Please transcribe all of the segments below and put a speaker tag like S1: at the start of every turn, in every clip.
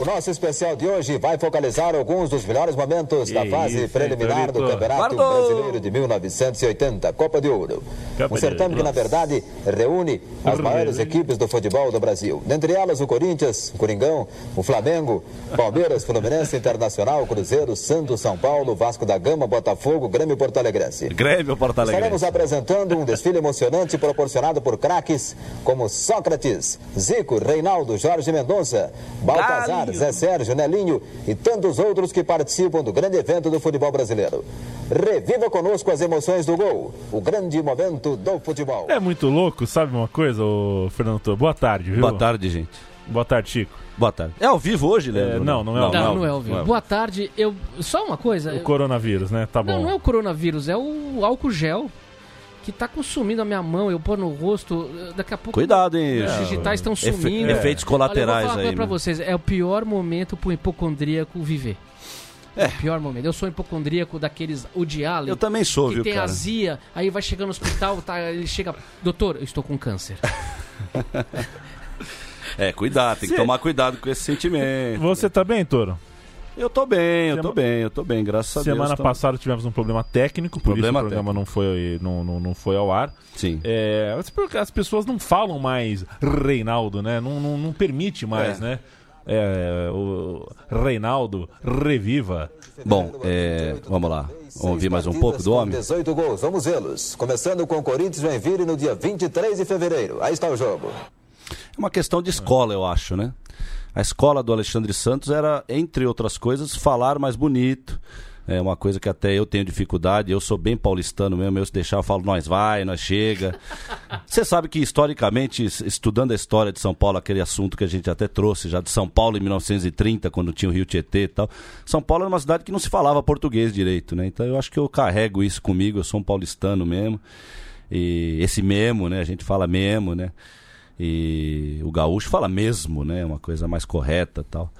S1: O nosso especial de hoje vai focalizar alguns dos melhores momentos da
S2: Que
S1: fase
S2: isso, hein,
S1: preliminar do
S2: Tonico?
S1: Campeonato
S2: Guardou!
S1: Brasileiro de 1980, Copa de Ouro.
S2: Copa
S1: um
S2: de né?
S1: certame que, na
S2: Ouro.
S1: verdade, reúne as maiores equipes do futebol do Brasil. Dentre elas, o Corinthians, o Coringão, o Flamengo, Palmeiras, Fluminense, Internacional, Cruzeiro, Santos, São Paulo, Vasco da Gama, Botafogo, Grêmio e Porto Alegrense.
S2: Grêmio Porto Alegre.
S1: Estaremos apresentando um desfile emocionante proporcionado por craques como Sócrates, Zico, Reinaldo, Jorge Mendonça, Baltazar,
S2: Galinho.
S1: Zé Sérgio, Nelinho e tantos outros que participam do grande evento do futebol brasileiro. Reviva conosco as emoções do gol, o grande momento do futebol.
S3: É muito louco, sabe uma coisa, ô Fernando Toro? Boa tarde, viu?
S2: Boa tarde, gente.
S3: Boa tarde, Chico.
S2: Boa tarde. É ao vivo hoje,
S3: É,
S2: Leandro?
S3: não, não é ao
S4: Não, não, é o vivo. Boa tarde. Eu... Só uma coisa.
S3: O coronavírus, né? Tá bom.
S4: Não, não é o coronavírus, é o álcool gel que tá consumindo a minha mão, eu pôr no rosto. Daqui a pouco.
S2: Cuidado, hein?
S4: Os digitais estão
S2: Efe-
S4: sumindo. É.
S2: Efeitos
S4: Olha, eu vou
S2: colaterais
S4: falar
S2: aí.
S4: uma
S2: né?
S4: coisa pra
S2: mano.
S4: vocês. É o pior momento pro hipocondríaco viver. É. o pior momento. Eu sou hipocondríaco daqueles odialen.
S2: Eu também sou,
S4: que
S2: viu,
S4: tem
S2: cara?
S4: azia, aí vai chegar no hospital, tá, ele chega, doutor, eu estou com câncer.
S2: É, cuidado, tem que tomar cuidado com esse
S4: é
S2: sentimento.
S3: Você tá bem, Toro?
S2: Eu tô bem, eu tô
S3: Sema-
S2: bem, eu tô Tá bem, graças a Deus.
S3: Semana
S2: tô-
S3: passada tivemos um problema técnico, por
S2: Problema
S3: isso o programa não foi, não, não, não foi ao ar.
S2: Sim.
S3: É, mas porque as pessoas não falam mais Reinaldo, né? Não, não, não permite mais,
S2: É.
S3: né? É, o Reinaldo, reviva.
S2: Bom, é, vamos lá. Vamos ouvir mais um
S1: Partidas
S2: pouco do
S1: com
S2: homem?
S1: 18 gols, vamos vê-los. Começando com o Corinthians e Joinville no dia 23 de fevereiro. Aí está o jogo.
S2: É uma questão de escola, eu acho, né? A escola do Alexandre Santos era, entre outras coisas, falar mais bonito. É uma coisa que até eu tenho dificuldade, eu sou bem paulistano mesmo, eu se deixar eu falo, nós vai, nós chega. Você sabe que historicamente, es- estudando a história de São Paulo, aquele assunto que a gente até trouxe já de São Paulo em 1930, quando tinha o Rio Tietê e tal, São Paulo era uma cidade que não se falava português direito, né? Então eu acho que eu carrego isso comigo, eu sou um paulistano mesmo. E esse mesmo, né? A gente fala mesmo, né? E o gaúcho fala mesmo, né? Uma coisa mais correta tal.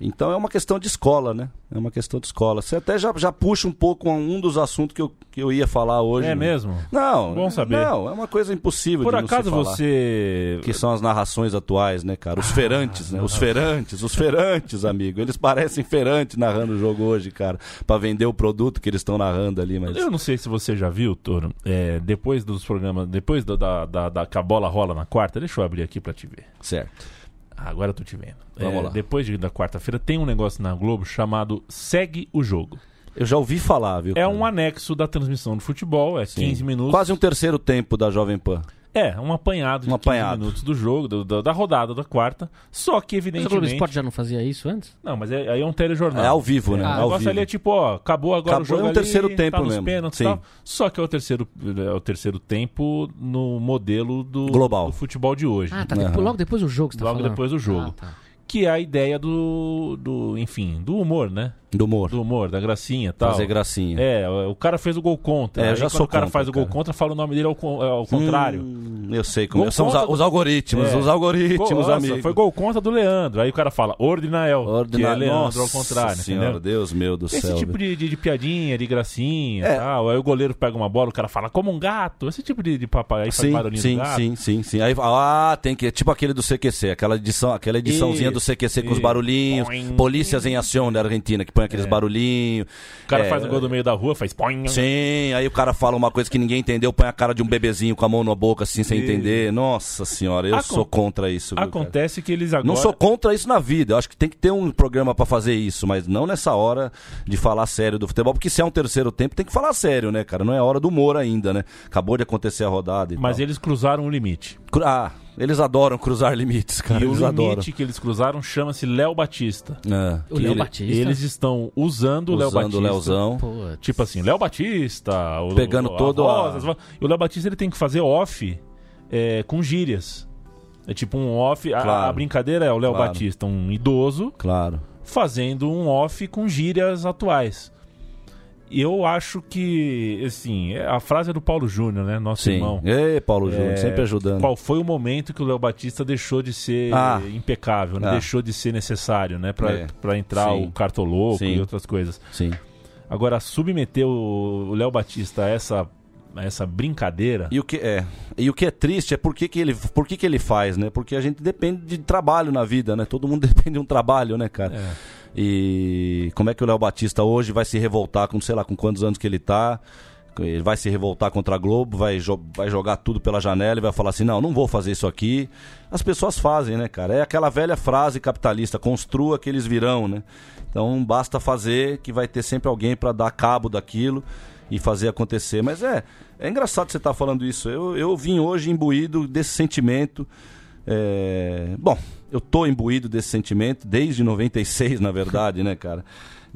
S2: Então é uma questão de escola, né? É uma questão de escola. Você até já, já puxa um pouco um dos assuntos que eu, que eu ia falar hoje.
S3: É
S2: né?
S3: mesmo?
S2: Não,
S3: Bom saber.
S2: não, é uma coisa impossível
S3: Por
S2: de não se
S3: acaso
S2: falar.
S3: você.
S2: Que são as narrações atuais, né, cara? Os ferantes, né? Os ferantes, os ferantes, amigo. Eles parecem ferantes narrando o jogo hoje, cara. Pra vender o produto que eles estão narrando ali, mas.
S3: Eu não sei se você já viu, Toro, é, depois dos programas, depois do- da, da, da que a bola rola na quarta, deixa eu abrir aqui pra te ver.
S2: Certo.
S3: Ah, agora eu tô te vendo. É,
S2: Vamos lá.
S3: Depois de- da quarta-feira tem um negócio na Globo chamado Segue o Jogo.
S2: Eu já ouvi falar, viu?
S3: É
S2: cara?
S3: um anexo da transmissão do futebol, é 15 minutos.
S2: Quase um terceiro tempo da Jovem Pan.
S3: É, um apanhado de
S2: Um
S3: 15
S2: apanhado.
S3: minutos do jogo, do- do- da rodada da quarta. Só que,
S4: Mas o Globo
S3: evidentemente.
S4: Esporte já não fazia isso antes?
S3: Não, mas é- aí é um telejornal.
S2: É ao vivo, né?
S3: O
S4: Ah,
S2: ao
S3: negócio
S2: vivo.
S3: ali é tipo, ó, acabou agora
S2: Acabou,
S3: o jogo
S2: é um
S3: ali,
S2: terceiro tempo
S3: tá nos
S2: mesmo,
S3: pênaltis e
S2: sim.
S3: tal. Só que é o terceiro é o terceiro tempo no modelo do
S2: Global.
S3: do futebol de hoje.
S4: Ah, tá. depo- logo depois do jogo, que você tá
S3: Logo
S4: falando.
S3: depois do jogo.
S4: Ah, tá.
S3: Que é a ideia do, do, enfim, do humor, né?
S2: Do humor.
S3: Do humor, da gracinha e tal.
S2: Fazer gracinha.
S3: É, o o cara fez o gol contra.
S2: É, eu
S3: Aí
S2: já
S3: quando
S2: sou
S3: o cara
S2: contra,
S3: faz o gol
S2: cara.
S3: contra, fala o nome dele ao, con- ao contrário.
S2: Hum, eu sei como
S3: Gol
S2: é. São os, a-
S3: contra do-
S2: os algoritmos,
S3: É.
S2: os algoritmos,
S3: Gol- nossa,
S2: amigos.
S3: Foi gol contra do Leandro. Aí o cara fala, Ordinael. Que é
S2: Ordinário.
S3: Leandro
S2: Nossa
S3: ao contrário.
S2: senhora,
S3: entendeu?
S2: Deus meu do
S3: Esse
S2: céu.
S3: tipo
S2: velho.
S3: de, de, de piadinha, de gracinha
S2: É.
S3: tal. Aí o goleiro pega uma bola, o cara fala, como um gato. Esse tipo de, de papai. Aí faz
S2: Sim,
S3: barulhinho do
S2: sim,
S3: gato.
S2: sim, sim, sim. Aí, ah, tem que. Tipo aquele do CQC, aquela edição, aquela ediçãozinha do
S3: Isso,
S2: CQC com os
S3: isso.
S2: barulhinhos.
S3: Poing.
S2: Polícias em ação da Argentina, que põe aqueles barulhinhos.
S3: O cara
S2: É,
S3: faz o gol né? do meio da rua, faz põe.
S2: Sim, aí o cara fala uma coisa que ninguém entendeu, põe a cara de um bebezinho com a mão na boca, assim, sem entender. Nossa senhora, eu
S3: Acon-
S2: sou contra isso. Viu, cara?
S3: Acontece que eles agora...
S2: Não sou contra isso na vida. Eu acho que tem que ter um programa pra fazer isso, mas não nessa hora de falar sério do futebol, porque se é um terceiro tempo, tem que falar sério, né, cara? Não é hora do humor ainda, né? Acabou de acontecer a rodada e
S3: Mas
S2: tal.
S3: eles cruzaram o limite.
S2: Cru- Ah, eles adoram cruzar limites, cara.
S3: e o
S2: eles
S3: limite
S2: adoram.
S3: que eles cruzaram chama-se Léo Batista.
S2: É,
S4: O
S2: que
S4: Léo
S2: ele-
S4: Batista.
S3: Eles estão usando o Léo
S2: Usando
S3: Batista.
S2: o Léozão.
S4: Pô,
S3: Tipo assim, Léo Batista. O,
S2: Pegando
S3: o,
S2: todo
S3: a...
S2: a-
S3: voz, as vo- E o Léo Batista ele tem que fazer off é, com gírias. É tipo um off. a- A,
S2: Claro.
S3: brincadeira é o Léo
S2: Claro.
S3: Batista, um idoso,
S2: Claro.
S3: fazendo um off com gírias atuais. E eu acho que, assim, é- a frase é do Paulo Júnior, né? Nosso
S2: Sim.
S3: irmão.
S2: Ei, Paulo Júnior,
S3: É,
S2: sempre ajudando.
S3: Qual foi o momento que o Léo Batista deixou de ser
S2: Ah.
S3: eh, impecável, né?
S2: Ah.
S3: deixou de ser necessário, né? Pra,
S2: É.
S3: pra entrar
S2: Sim.
S3: o cartoloco
S2: Sim.
S3: e outras coisas.
S2: Sim.
S3: Agora, submeter o o Léo Batista a essa essa brincadeira.
S2: E o que é, e o que é triste é por que, que ele, por que, que ele faz, né? Porque a gente depende de trabalho na vida, né? Todo mundo depende de um trabalho, né, cara? E como é que o Léo Batista hoje vai se revoltar com, sei lá, com quantos anos que ele tá? Ele vai se revoltar contra a Globo, vai, jo- vai jogar tudo pela janela e vai falar assim: não, não vou fazer isso aqui. As pessoas fazem, né, cara? É aquela velha frase capitalista: construa que eles virão, né? Então basta fazer, que vai ter sempre alguém para dar cabo daquilo e fazer acontecer. Mas é, é engraçado você estar falando isso. Eu, eu vim hoje imbuído desse sentimento. É, Bom, eu tô imbuído desse sentimento desde 96, na verdade, né, cara?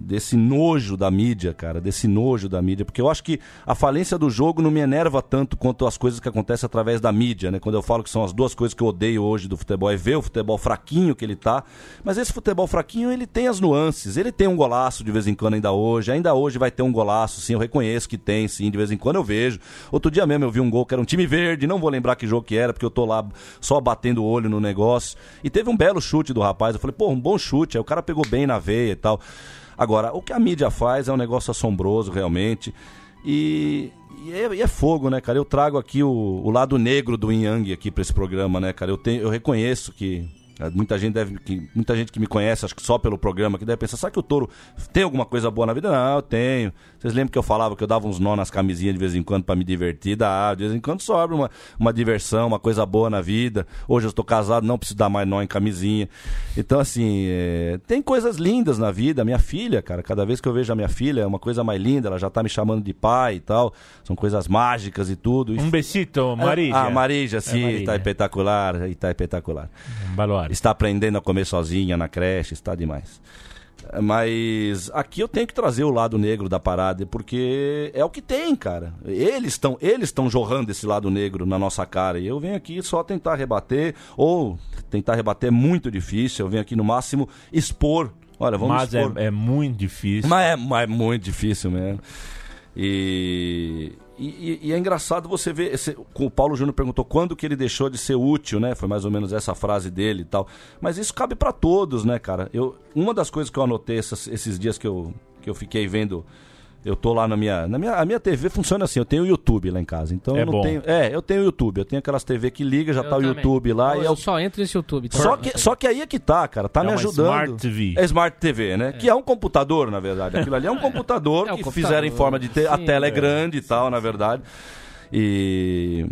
S2: Desse nojo da mídia, cara, desse nojo da mídia, porque eu acho que a falência do jogo não me enerva tanto quanto as coisas que acontecem através da mídia, né? Quando eu falo que são as duas coisas que eu odeio hoje do futebol, é ver o futebol fraquinho que ele tá, mas esse futebol fraquinho, ele tem as nuances, ele tem um golaço de vez em quando ainda hoje, ainda hoje vai ter um golaço, sim, eu reconheço que tem, sim, de vez em quando eu vejo. Outro dia mesmo eu vi um gol que era um time verde, não vou lembrar que jogo que era, porque eu tô lá só batendo o olho no negócio. E teve um belo chute do rapaz. Eu falei, pô, um bom chute. Aí o cara pegou bem na veia e tal. Agora, o que a mídia faz é um negócio assombroso, realmente. E, e é, e é fogo, né, cara? Eu trago aqui o, o lado negro do Yin Yang aqui pra esse programa, né, cara? Eu, tenho, eu reconheço que. ah, Muita gente, deve, que, muita gente que me conhece, acho que só pelo programa, que deve pensar, sabe que o touro tem alguma coisa boa na vida? Não, eu tenho. Vocês lembram que eu falava que eu dava uns nó nas camisinhas de vez em quando pra me divertir? Dá, de vez em quando sobra uma, uma diversão, uma coisa boa na vida. Hoje eu estou casado, não preciso dar mais nó em camisinha. Então, assim, é, tem coisas lindas na vida. Minha filha, cara, cada vez que eu vejo a minha filha, é uma coisa mais linda. Ela já tá me chamando de pai e tal. São coisas mágicas e tudo. E
S3: Um besito, Marília. É
S2: ah, Marija, sim,
S3: Marília.
S2: tá espetacular, tá espetacular.
S3: Baluari.
S2: Está aprendendo a comer sozinha na creche, está demais. Mas aqui eu tenho que trazer o lado negro da parada, porque é o que tem, cara. Eles estão eles estão jorrando esse lado negro na nossa cara. E eu venho aqui só tentar rebater, ou tentar rebater é muito difícil. Eu venho aqui no máximo expor. Olha, vamos
S3: Mas
S2: expor.
S3: é, é muito difícil.
S2: Mas é, mas é muito difícil mesmo. E, e- e é engraçado você ver. esse- o Paulo Júnior perguntou quando que ele deixou de ser útil, né? Foi mais ou menos essa frase dele e tal. Mas isso cabe pra todos, né, cara? Eu, uma das coisas que eu anotei essas- esses dias que eu, que eu fiquei vendo. Eu tô lá na minha, na minha. A minha TV funciona assim, eu tenho o YouTube lá em casa. Então
S3: É
S2: eu não
S3: bom.
S2: tenho. É, eu tenho o YouTube. Eu tenho aquelas TV que liga, já
S4: Eu
S2: tá o
S4: também.
S2: YouTube lá.
S4: Eu,
S2: e é o
S4: só entro nesse YouTube. tá?
S2: só que, só que aí é que tá, cara. Tá
S3: É
S2: me
S3: uma
S2: ajudando.
S3: Smart TV.
S2: É Smart TV, né? Que é um computador, na verdade. Aquilo ali é um computador
S4: É um
S2: que
S4: computador.
S2: fizeram em forma de. Te... A
S4: Sim,
S2: tela é
S4: é.
S2: grande e tal, na verdade. E.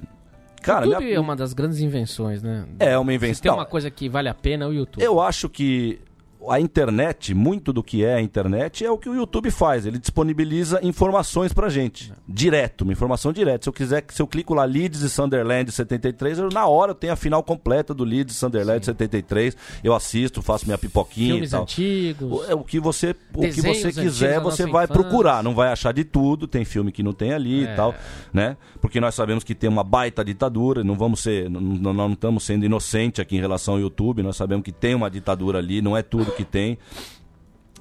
S2: Cara,
S4: YouTube
S2: minha-
S4: é uma das grandes invenções, né?
S2: é uma
S4: Se tem
S2: invenção.
S4: uma coisa que vale a pena, é o YouTube.
S2: Eu acho que a internet, muito do que é a internet, é o que o YouTube faz. Ele disponibiliza informações pra gente.
S4: É.
S2: Direto, uma informação direta. Se eu quiser, se eu clico lá Leeds e Sunderland 73, eu, na hora eu tenho a final completa do Leeds e Sunderland 73. Eu assisto, faço minha pipoquinha e
S4: Filmes
S2: tal. então. O,
S4: antigos.
S2: é o que você, o que
S4: Desenhos
S2: você quiser,
S4: antigos da
S2: você
S4: nossa
S2: vai
S4: infância.
S2: procurar, não vai achar de tudo, tem filme que não tem ali
S4: É.
S2: e tal, né? Porque nós sabemos que tem uma baita ditadura, não vamos ser, não, não, não estamos sendo inocentes aqui em relação ao YouTube, nós sabemos que tem uma ditadura ali, não é tudo que tem,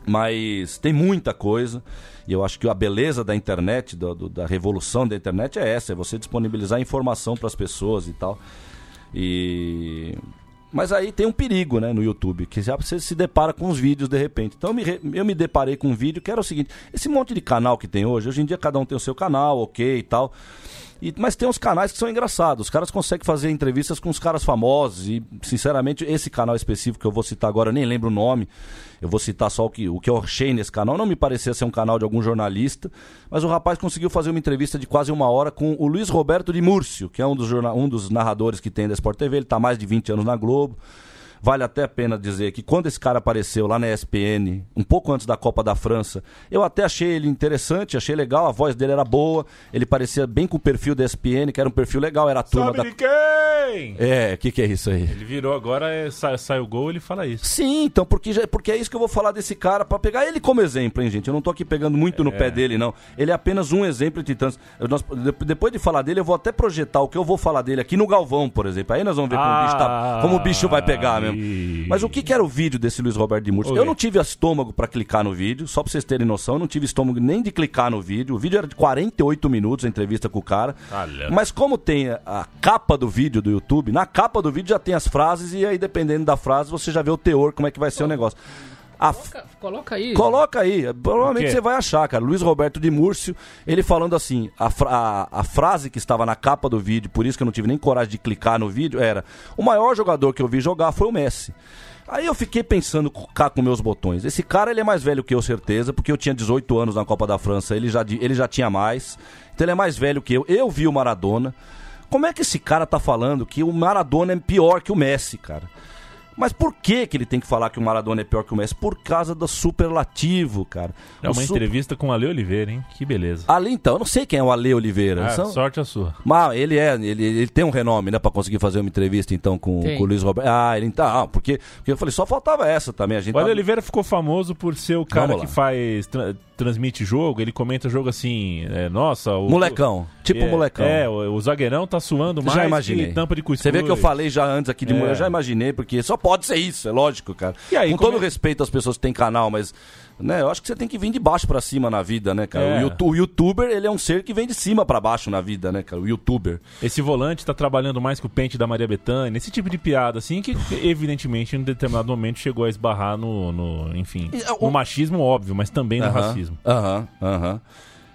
S2: mas tem muita coisa. E eu acho que a beleza da internet, do- do- da revolução da internet é essa, é você disponibilizar informação para as pessoas e tal. E. Mas aí tem um perigo, né, no YouTube, que já você se depara com os vídeos de repente. Então eu me, re- eu me deparei com um vídeo que era o seguinte: esse monte de canal que tem hoje, hoje em dia cada um tem o seu canal, ok e tal. E- mas tem uns canais que são engraçados. Os caras conseguem fazer entrevistas com os caras famosos. E, sinceramente, esse canal específico que eu vou citar agora, eu nem lembro o nome. Eu vou citar só o que, o que eu achei nesse canal. Não me parecia ser um canal de algum jornalista. Mas o rapaz conseguiu fazer uma entrevista de quase uma hora com o Luiz Roberto de Múrcio, que é um dos, jorna- um dos narradores que tem da Sport TV. Ele está mais de 20 anos na Globo. Vale até a pena dizer que quando esse cara apareceu lá na ESPN, um pouco antes da Copa da França, eu até achei ele interessante, achei legal, a voz dele era boa, ele parecia bem com o perfil da ESPN, que era um perfil legal, era a turma
S3: Sabe
S2: da...
S3: de quem?
S2: É, o que, que é isso aí?
S3: Ele virou agora, é, sa- sai o gol, ele fala isso.
S2: Sim, então, porque, já- porque é isso que eu vou falar desse cara, pra pegar ele como exemplo, hein, gente? Eu não tô aqui pegando muito no pé dele, não. Ele é apenas um exemplo de tantos. Eu- nós- de- depois de falar dele, eu vou até projetar o que eu vou falar dele aqui no Galvão, por exemplo. Aí nós vamos ver como, o, bicho tá-
S3: Ah,
S2: como o bicho vai pegar mesmo.
S3: aí.
S2: Mas o que, que era o vídeo desse Luiz Roberto de Murcio?
S3: Oi.
S2: Eu não tive estômago pra clicar no vídeo, só pra vocês terem noção, eu não tive estômago nem de clicar no vídeo. O vídeo era de 48 minutos a entrevista com o cara.
S3: Olha.
S2: Mas como tem a- a capa do vídeo do YouTube, na capa do vídeo já tem as frases e aí dependendo da frase você já vê o teor, como é que vai ser o negócio. A f-
S4: Coloca, coloca aí.
S2: Coloca aí,
S3: O
S2: provavelmente
S3: quê?
S2: você vai achar, cara. Luiz Roberto de Múrcio, ele falando assim: a, fra- a- a frase que estava na capa do vídeo, por isso que eu não tive nem coragem de clicar no vídeo, era: o maior jogador que eu vi jogar foi o Messi. Aí eu fiquei pensando com- cá com meus botões. Esse cara ele é mais velho que eu, certeza, porque eu tinha 18 anos na Copa da França, ele já, de- ele já tinha mais. Então ele é mais velho que eu. Eu vi o Maradona. Como é que esse cara tá falando que o Maradona é pior que o Messi, cara? Mas por que, que ele tem que falar que o Maradona é pior que o Messi? Por causa do superlativo, cara.
S3: É uma
S2: O su-
S3: entrevista com o Ale Oliveira, hein? Que beleza.
S2: Ali então, eu não sei quem é o Ale Oliveira.
S3: Ah,
S2: São-
S3: Sorte a sua.
S2: Mas ele é, ele, ele tem um renome, né, pra conseguir fazer uma entrevista então com,
S4: Tem.
S2: com o Luiz Roberto. Ah, ele tá, ah, porque, porque eu falei, só faltava essa também, a gente
S3: O Ale
S2: tá-
S3: Oliveira ficou famoso por ser o cara
S2: Vamos
S3: que
S2: lá.
S3: faz tra- transmite jogo, ele comenta jogo assim, é, nossa, o
S2: Molecão, tipo
S3: é,
S2: molecão.
S3: É, o, o zagueirão tá suando mais
S2: já imaginei.
S3: que tampa de cuscuz.
S2: Você vê que eu falei já antes aqui de
S3: É.
S2: mulher, eu já imaginei, porque só pode ser isso, é lógico, cara.
S3: E aí,
S2: Com
S3: como
S2: todo
S3: é-
S2: respeito às pessoas que têm canal, mas. Né, eu acho que você tem que vir de baixo pra cima na vida, né, cara?
S3: É.
S2: O, youtu- o youtuber, ele é um ser que vem de cima pra baixo na vida, né, cara? O youtuber.
S3: Esse volante tá trabalhando mais que o pente da Maria Bethânia, esse tipo de piada assim que evidentemente em um determinado momento chegou a esbarrar no, no enfim,
S2: E, ah, o-
S3: no machismo óbvio, mas também no
S2: Aham,
S3: racismo.
S2: Aham, aham.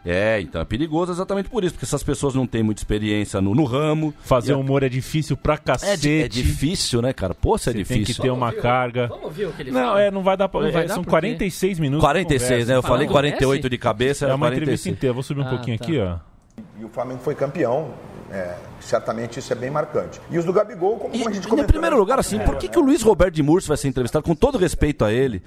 S2: É, então é perigoso exatamente por isso, porque essas pessoas não têm muita experiência no, no ramo.
S3: Fazer
S2: E-
S3: humor é difícil pra
S2: é,
S3: cacete.
S2: di- é difícil, né, cara? Pô, se é
S3: Você tem
S2: difícil.
S3: que ter uma
S4: Viu?
S3: carga.
S4: Vamos ver o que ele
S3: Não,
S4: fala.
S3: é, não vai dar pra.
S4: Não vai
S3: é,
S4: dar
S3: são
S4: por quê?
S3: 46 minutos. de
S2: 46, né? Eu
S3: conversa.
S2: falei
S4: Falando
S2: 48
S4: desse?
S2: de cabeça,
S3: É
S2: era
S3: uma entrevista
S2: 46.
S3: inteira. Vou subir um
S4: Ah,
S3: pouquinho
S4: tá.
S3: aqui, ó.
S5: E o Flamengo foi campeão. é, certamente isso é bem marcante. E os do Gabigol, como
S2: E,
S5: a gente
S2: em
S5: comentou. né?
S2: primeiro lugar, assim, por que, que o Luiz Roberto de Murcio vai ser entrevistado? Com todo respeito a ele,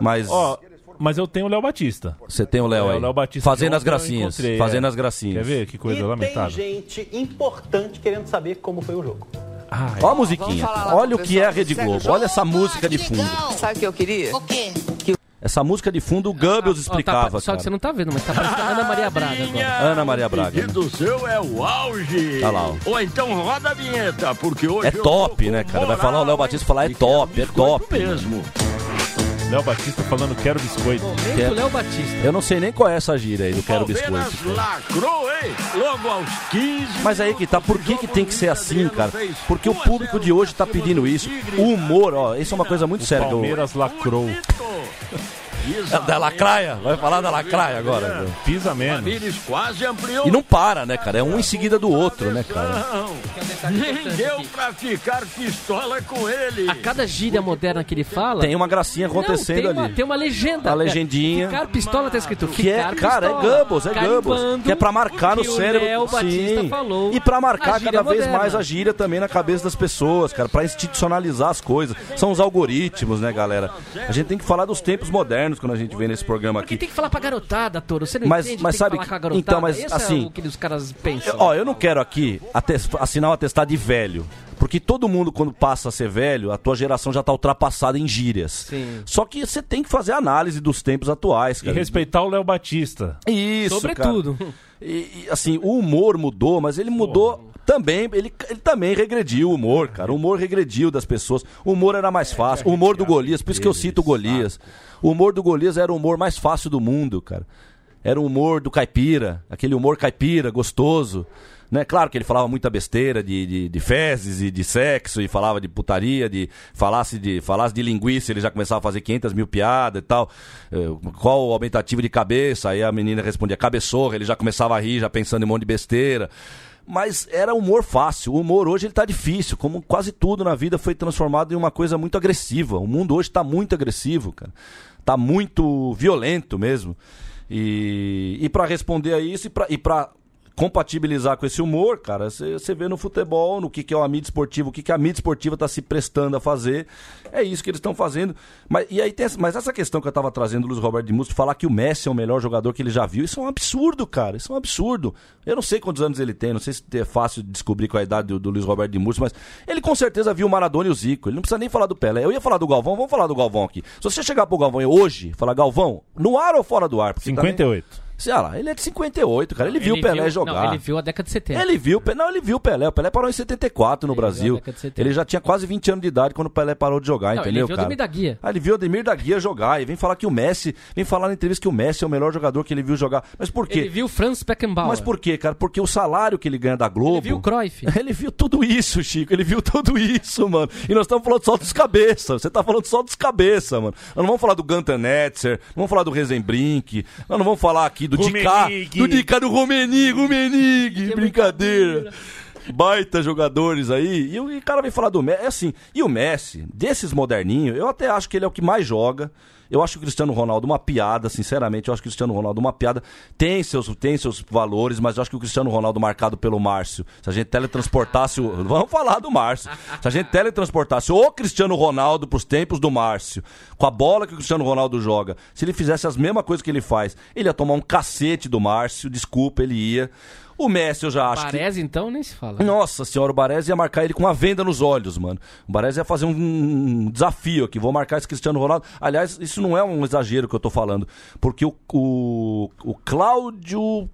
S2: mas
S3: Ó, mas eu tenho o Léo Batista.
S2: você tem o Léo
S3: É, o
S2: aí.
S3: Léo Batista de
S2: fazendo
S3: ontem
S2: as gracinhas.
S3: eu encontrei,
S2: Fazendo
S3: é.
S2: as gracinhas.
S3: Quer ver que coisa
S6: e tem
S3: lamentável?
S6: gente importante querendo saber como foi o jogo.
S3: Ah,
S2: Ó a musiquinha. Olha o que é a Rede Globo. Olha essa música de fundo.
S7: Sabe o que eu queria? O quê?
S2: Essa música de fundo o Goebbels
S4: Ó, tá,
S2: explicava,
S4: só que você
S2: cara.
S4: não tá vendo, mas tá parecendo Ana Maria Braga agora.
S2: Ana Maria Braga.
S8: do seu é o auge.
S2: Tá lá, ó.
S8: Ou então roda a vinheta, porque hoje.
S2: É top, né, cara? Vai falar o Léo Batista falar é top, é top.
S8: mesmo.
S3: Léo Batista falando quero biscoito.
S4: Momento Léo Batista.
S2: Eu não sei nem qual é essa gíria aí do Quero
S8: Palmeiras
S2: Biscoito. Né?
S8: lacrou, hein? Logo aos 15.
S2: Mas aí que tá, por que, que tem que ser assim, cara? Porque o público de hoje tá pedindo isso. O humor, ó, isso é uma coisa muito séria. que eu-
S3: Palmeiras lacrou.
S2: Da lacraia? Vai falar da lacraia agora. viu?
S3: Pisa menos.
S8: Pires quase ampliou.
S2: É, E não para, né, cara? É um em seguida do outro, né, cara?
S8: Não, Nem
S4: importante
S8: deu
S4: tá aqui.
S8: pra ficar pistola com ele.
S4: A
S2: Ah,
S4: cada gíria moderna que ele fala.
S2: Tem uma gracinha
S4: Não,
S2: acontecendo
S4: tem uma,
S2: ali.
S4: Tem uma legenda. É,
S2: A legendinha.
S4: Ficar pistola tá escrito.
S2: Que é,
S4: ficar
S2: cara, é
S4: pistola.
S2: Gumbos, é Gumbos.
S4: Carimbando
S2: Que é pra marcar no
S4: o que
S2: cérebro.
S4: O Léo Batista
S2: Sim.
S4: falou.
S2: E pra marcar
S4: a gíria
S2: cada vez
S4: moderna.
S2: mais a gíria também na cabeça das pessoas, cara. Pra institucionalizar as coisas. São os algoritmos, né, galera? A gente tem que falar dos tempos modernos quando a gente vem nesse programa
S4: Porque
S2: aqui.
S4: tem que falar pra garotada, Toro. Você não
S2: Mas-
S4: entende,
S2: mas
S4: tem
S2: sabe
S4: que falar
S2: que-
S4: com a garotada.
S2: então, mas,
S4: Esse
S2: assim,
S4: é o que os caras pensam.
S2: Ó, eu não quero aqui ates- assinar um atestado de velho. Porque todo mundo, quando passa a ser velho, a tua geração já tá ultrapassada em gírias.
S4: Sim.
S2: Só que você tem que fazer análise dos tempos atuais,
S3: E
S2: cara.
S3: respeitar o Léo Batista.
S2: Isso,
S4: Sobretudo.
S2: cara. E, e, assim, o humor mudou, mas ele mudou também. Ele, ele também regrediu o humor, cara. O humor regrediu das pessoas. O humor era mais fácil. O humor do Golias, por isso que eu cito o Golias. O humor do Golias era o humor mais fácil do mundo, cara. Era o humor do caipira, aquele humor caipira, gostoso. Né? Claro que ele falava muita besteira de, de, de fezes e de sexo, e falava de putaria, de falasse de, falasse de linguiça, ele já começava a fazer 500 mil piadas e tal. Eh, Qual o aumentativo de cabeça? Aí a menina respondia cabeçorra, ele já começava a rir, já pensando em um monte de besteira. Mas era humor fácil. O humor hoje ele tá difícil, como quase tudo na vida foi transformado em uma coisa muito agressiva. O mundo hoje tá muito agressivo, cara. Tá muito violento mesmo. E, e para responder a isso e pra- e para compatibilizar com esse humor, cara, você vê no futebol, no que, que é a mídia esportiva, o que, que a mídia esportiva está se prestando a fazer. É isso que eles estão fazendo. Mas, e aí tem essa- mas essa questão que eu estava trazendo do Luiz Roberto de Musto, falar que o Messi é o melhor jogador que ele já viu, isso é um absurdo, cara. Isso é um absurdo. Eu não sei quantos anos ele tem, não sei se é fácil descobrir com a idade do, do Luiz Roberto de Musto, mas ele com certeza viu o Maradona e o Zico. Ele não precisa nem falar do Pelé. Eu ia falar do Galvão,
S3: um
S2: vamos falar do Galvão aqui. Se você chegar pro Galvão hoje, e falar Galvão, no ar ou fora do ar? Porque também-
S3: 58.
S2: Sei lá, ele é de 58, cara. Ele viu o Pelé jogar.
S4: Não, ele viu a década de 70.
S2: Ele viu, o Pe- não, ele viu o Pelé. O Pelé parou em 74 no
S4: Ele viu a
S2: Brasil.
S4: década de 70.
S2: Ele já tinha quase 20 anos de idade quando o Pelé parou de jogar,
S4: Não, ele
S2: entendeu,
S4: viu o
S2: cara?
S4: Ademir da Guia.
S2: Ah, ele viu o Ademir da Guia jogar e vem falar que o Messi, vem falar na entrevista que o Messi é o melhor jogador que ele viu jogar. Mas por quê?
S4: Ele viu o Franz Beckenbauer.
S2: Mas por quê, cara? Porque o salário que ele ganha da Globo.
S4: Ele viu o Cruyff.
S2: Ele viu tudo isso, Chico. Ele viu tudo isso, mano. E nós estamos falando só dos cabeças. Você tá falando só dos cabeças, mano. Nós não vamos falar do Gunter Netzer, não vamos falar do Rezenbrink, nós não vamos falar aqui do Dicá.
S3: Rummenigge.
S2: Do Dicá do Rumenig, Rumenig. Brincadeira. Baita jogadores aí. E o e o cara vem falar do Messi. É assim, e o Messi, desses moderninhos, eu até acho que ele é o que mais joga. Eu acho o Cristiano Ronaldo uma piada, sinceramente. Eu acho que o Cristiano Ronaldo uma piada. Tem seus, tem seus valores, mas eu acho que o Cristiano Ronaldo marcado pelo Márcio. Se a gente teletransportasse. O... Vamos falar do Márcio. Se a gente teletransportasse o Cristiano Ronaldo pros tempos do Márcio, com a bola que o Cristiano Ronaldo joga, se ele fizesse as mesmas coisas que ele faz, ele ia tomar um cacete do Márcio. Desculpa, ele ia. O Messi, eu já acho que.
S4: Parece, então, nem se fala.
S2: Nossa senhora, o Baresi ia marcar ele com uma venda nos olhos, mano. O Baresi ia fazer um, um desafio aqui. Vou marcar esse Cristiano Ronaldo. Aliás, isso não é um exagero que eu tô falando. Porque o, o, o Cláudio.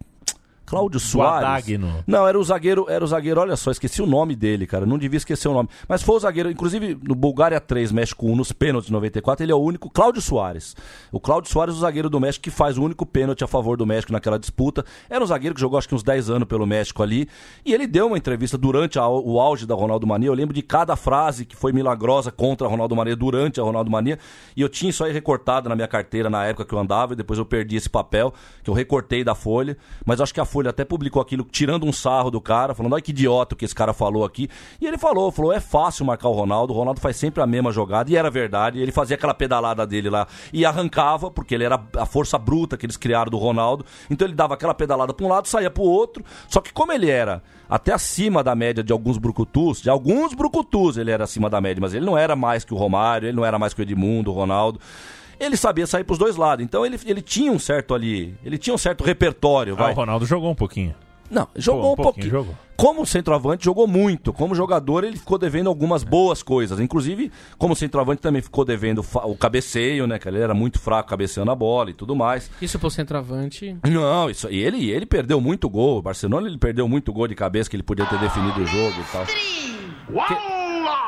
S2: Cláudio Soares.
S3: Guadagno.
S2: Não, era o zagueiro, era o zagueiro, olha só, esqueci o nome dele, cara. Não devia esquecer o nome. Mas foi o zagueiro, inclusive no Bulgária 3, México 1, nos pênaltis de 94, ele é o único, Cláudio Soares. O Cláudio Soares, o zagueiro do México, que faz o único pênalti a favor do México naquela disputa. Era um zagueiro que jogou acho que uns 10 anos pelo México ali. E ele deu uma entrevista durante a- o auge da Ronaldo Mania. Eu lembro de cada frase que foi milagrosa contra a Ronaldo Mania durante a Ronaldo Mania. E eu tinha isso aí recortado na minha carteira na época que eu andava, e depois eu perdi esse papel, que eu recortei da Folha. Mas acho que a Folha até publicou aquilo tirando um sarro do cara, falando, olha que idiota o que esse cara falou aqui. E ele falou, falou, é fácil marcar o Ronaldo, o Ronaldo faz sempre a mesma jogada, e era verdade, ele fazia aquela pedalada dele lá e arrancava, porque ele era a força bruta que eles criaram do Ronaldo. Então ele dava aquela pedalada para um lado, saía para o outro. Só que como ele era até acima da média de alguns brucutus, de alguns brucutus ele era acima da média, mas ele não era mais que o Romário, ele não era mais que o Edmundo, o Ronaldo. Ele sabia sair pros dois lados, então ele, ele tinha um certo ali, ele tinha um certo repertório,
S3: Ah,
S2: vai.
S3: o Ronaldo jogou um pouquinho.
S2: Não, jogou
S3: um
S2: um
S3: pouquinho,
S2: pouquinho.
S3: jogou.
S2: Como centroavante, jogou muito. Como jogador, ele ficou devendo algumas boas coisas. Inclusive, como centroavante, também ficou devendo fa- o cabeceio, né? Que ele era muito fraco cabeceando a bola e tudo mais.
S4: Isso pro centroavante.
S2: Não, isso. E ele, ele perdeu muito gol. O Barcelona ele perdeu muito gol de cabeça que ele podia ter definido o jogo e tal.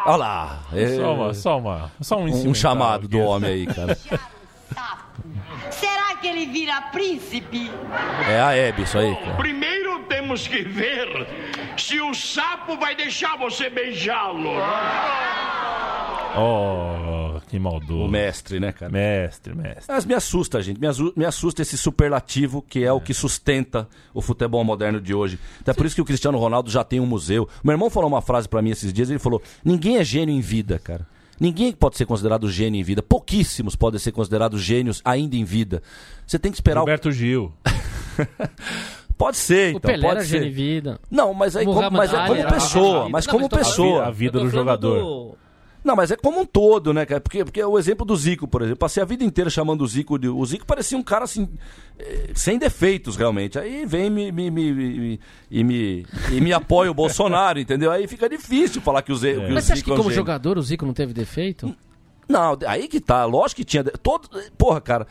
S2: Olha lá! é,
S3: Só uma, só uma. Só um,
S2: um
S3: incidental
S2: chamado do
S3: aqui.
S2: homem aí, cara.
S7: Será que ele vira príncipe?
S2: É a Hebe isso aí, cara.
S9: Primeiro temos que ver se o sapo vai deixar você beijá-lo.
S8: né?
S3: Oh, que maldoso.
S2: O mestre, né, cara?
S3: Mestre, mestre.
S2: Mas me assusta, gente. Me, asu- me assusta esse superlativo que é, o que sustenta o futebol moderno de hoje. Até por isso que o Cristiano Ronaldo já tem um museu. Meu irmão falou uma frase pra mim esses dias, ele falou: "Ninguém é gênio em vida, cara. Ninguém pode ser considerado gênio em vida. Pouquíssimos podem ser considerados gênios ainda em vida. Você tem que esperar o...
S3: Roberto Gil.
S2: Pode ser,
S4: O
S2: então,
S4: Pelé
S2: pode
S4: era
S2: ser.
S4: gênio em vida.
S2: Não, mas aí
S4: O
S2: como, mas é
S4: Muhammad Ali
S2: como
S4: era
S2: pessoa,
S4: gênio em
S2: mas
S4: vida.
S2: como
S4: Não, mas tá tô-
S2: pessoa.
S3: A vida
S4: Eu tô
S3: do
S4: falando
S3: jogador.
S4: do-
S2: Não, mas é como um todo, né, cara? Porque, porque é o exemplo do Zico, por exemplo. Passei a vida inteira chamando o Zico de. O Zico parecia um cara assim. eh, Sem defeitos, realmente. Aí vem me, me, me, me- e, me, e me apoia o Bolsonaro, entendeu? Aí fica difícil falar que o, Ze, que o
S4: Mas você acha que
S2: Zico é um
S4: como
S2: gênio.
S4: jogador o Zico não teve defeito?
S2: Não, aí que tá. Lógico que tinha. de- Todo... Porra, cara.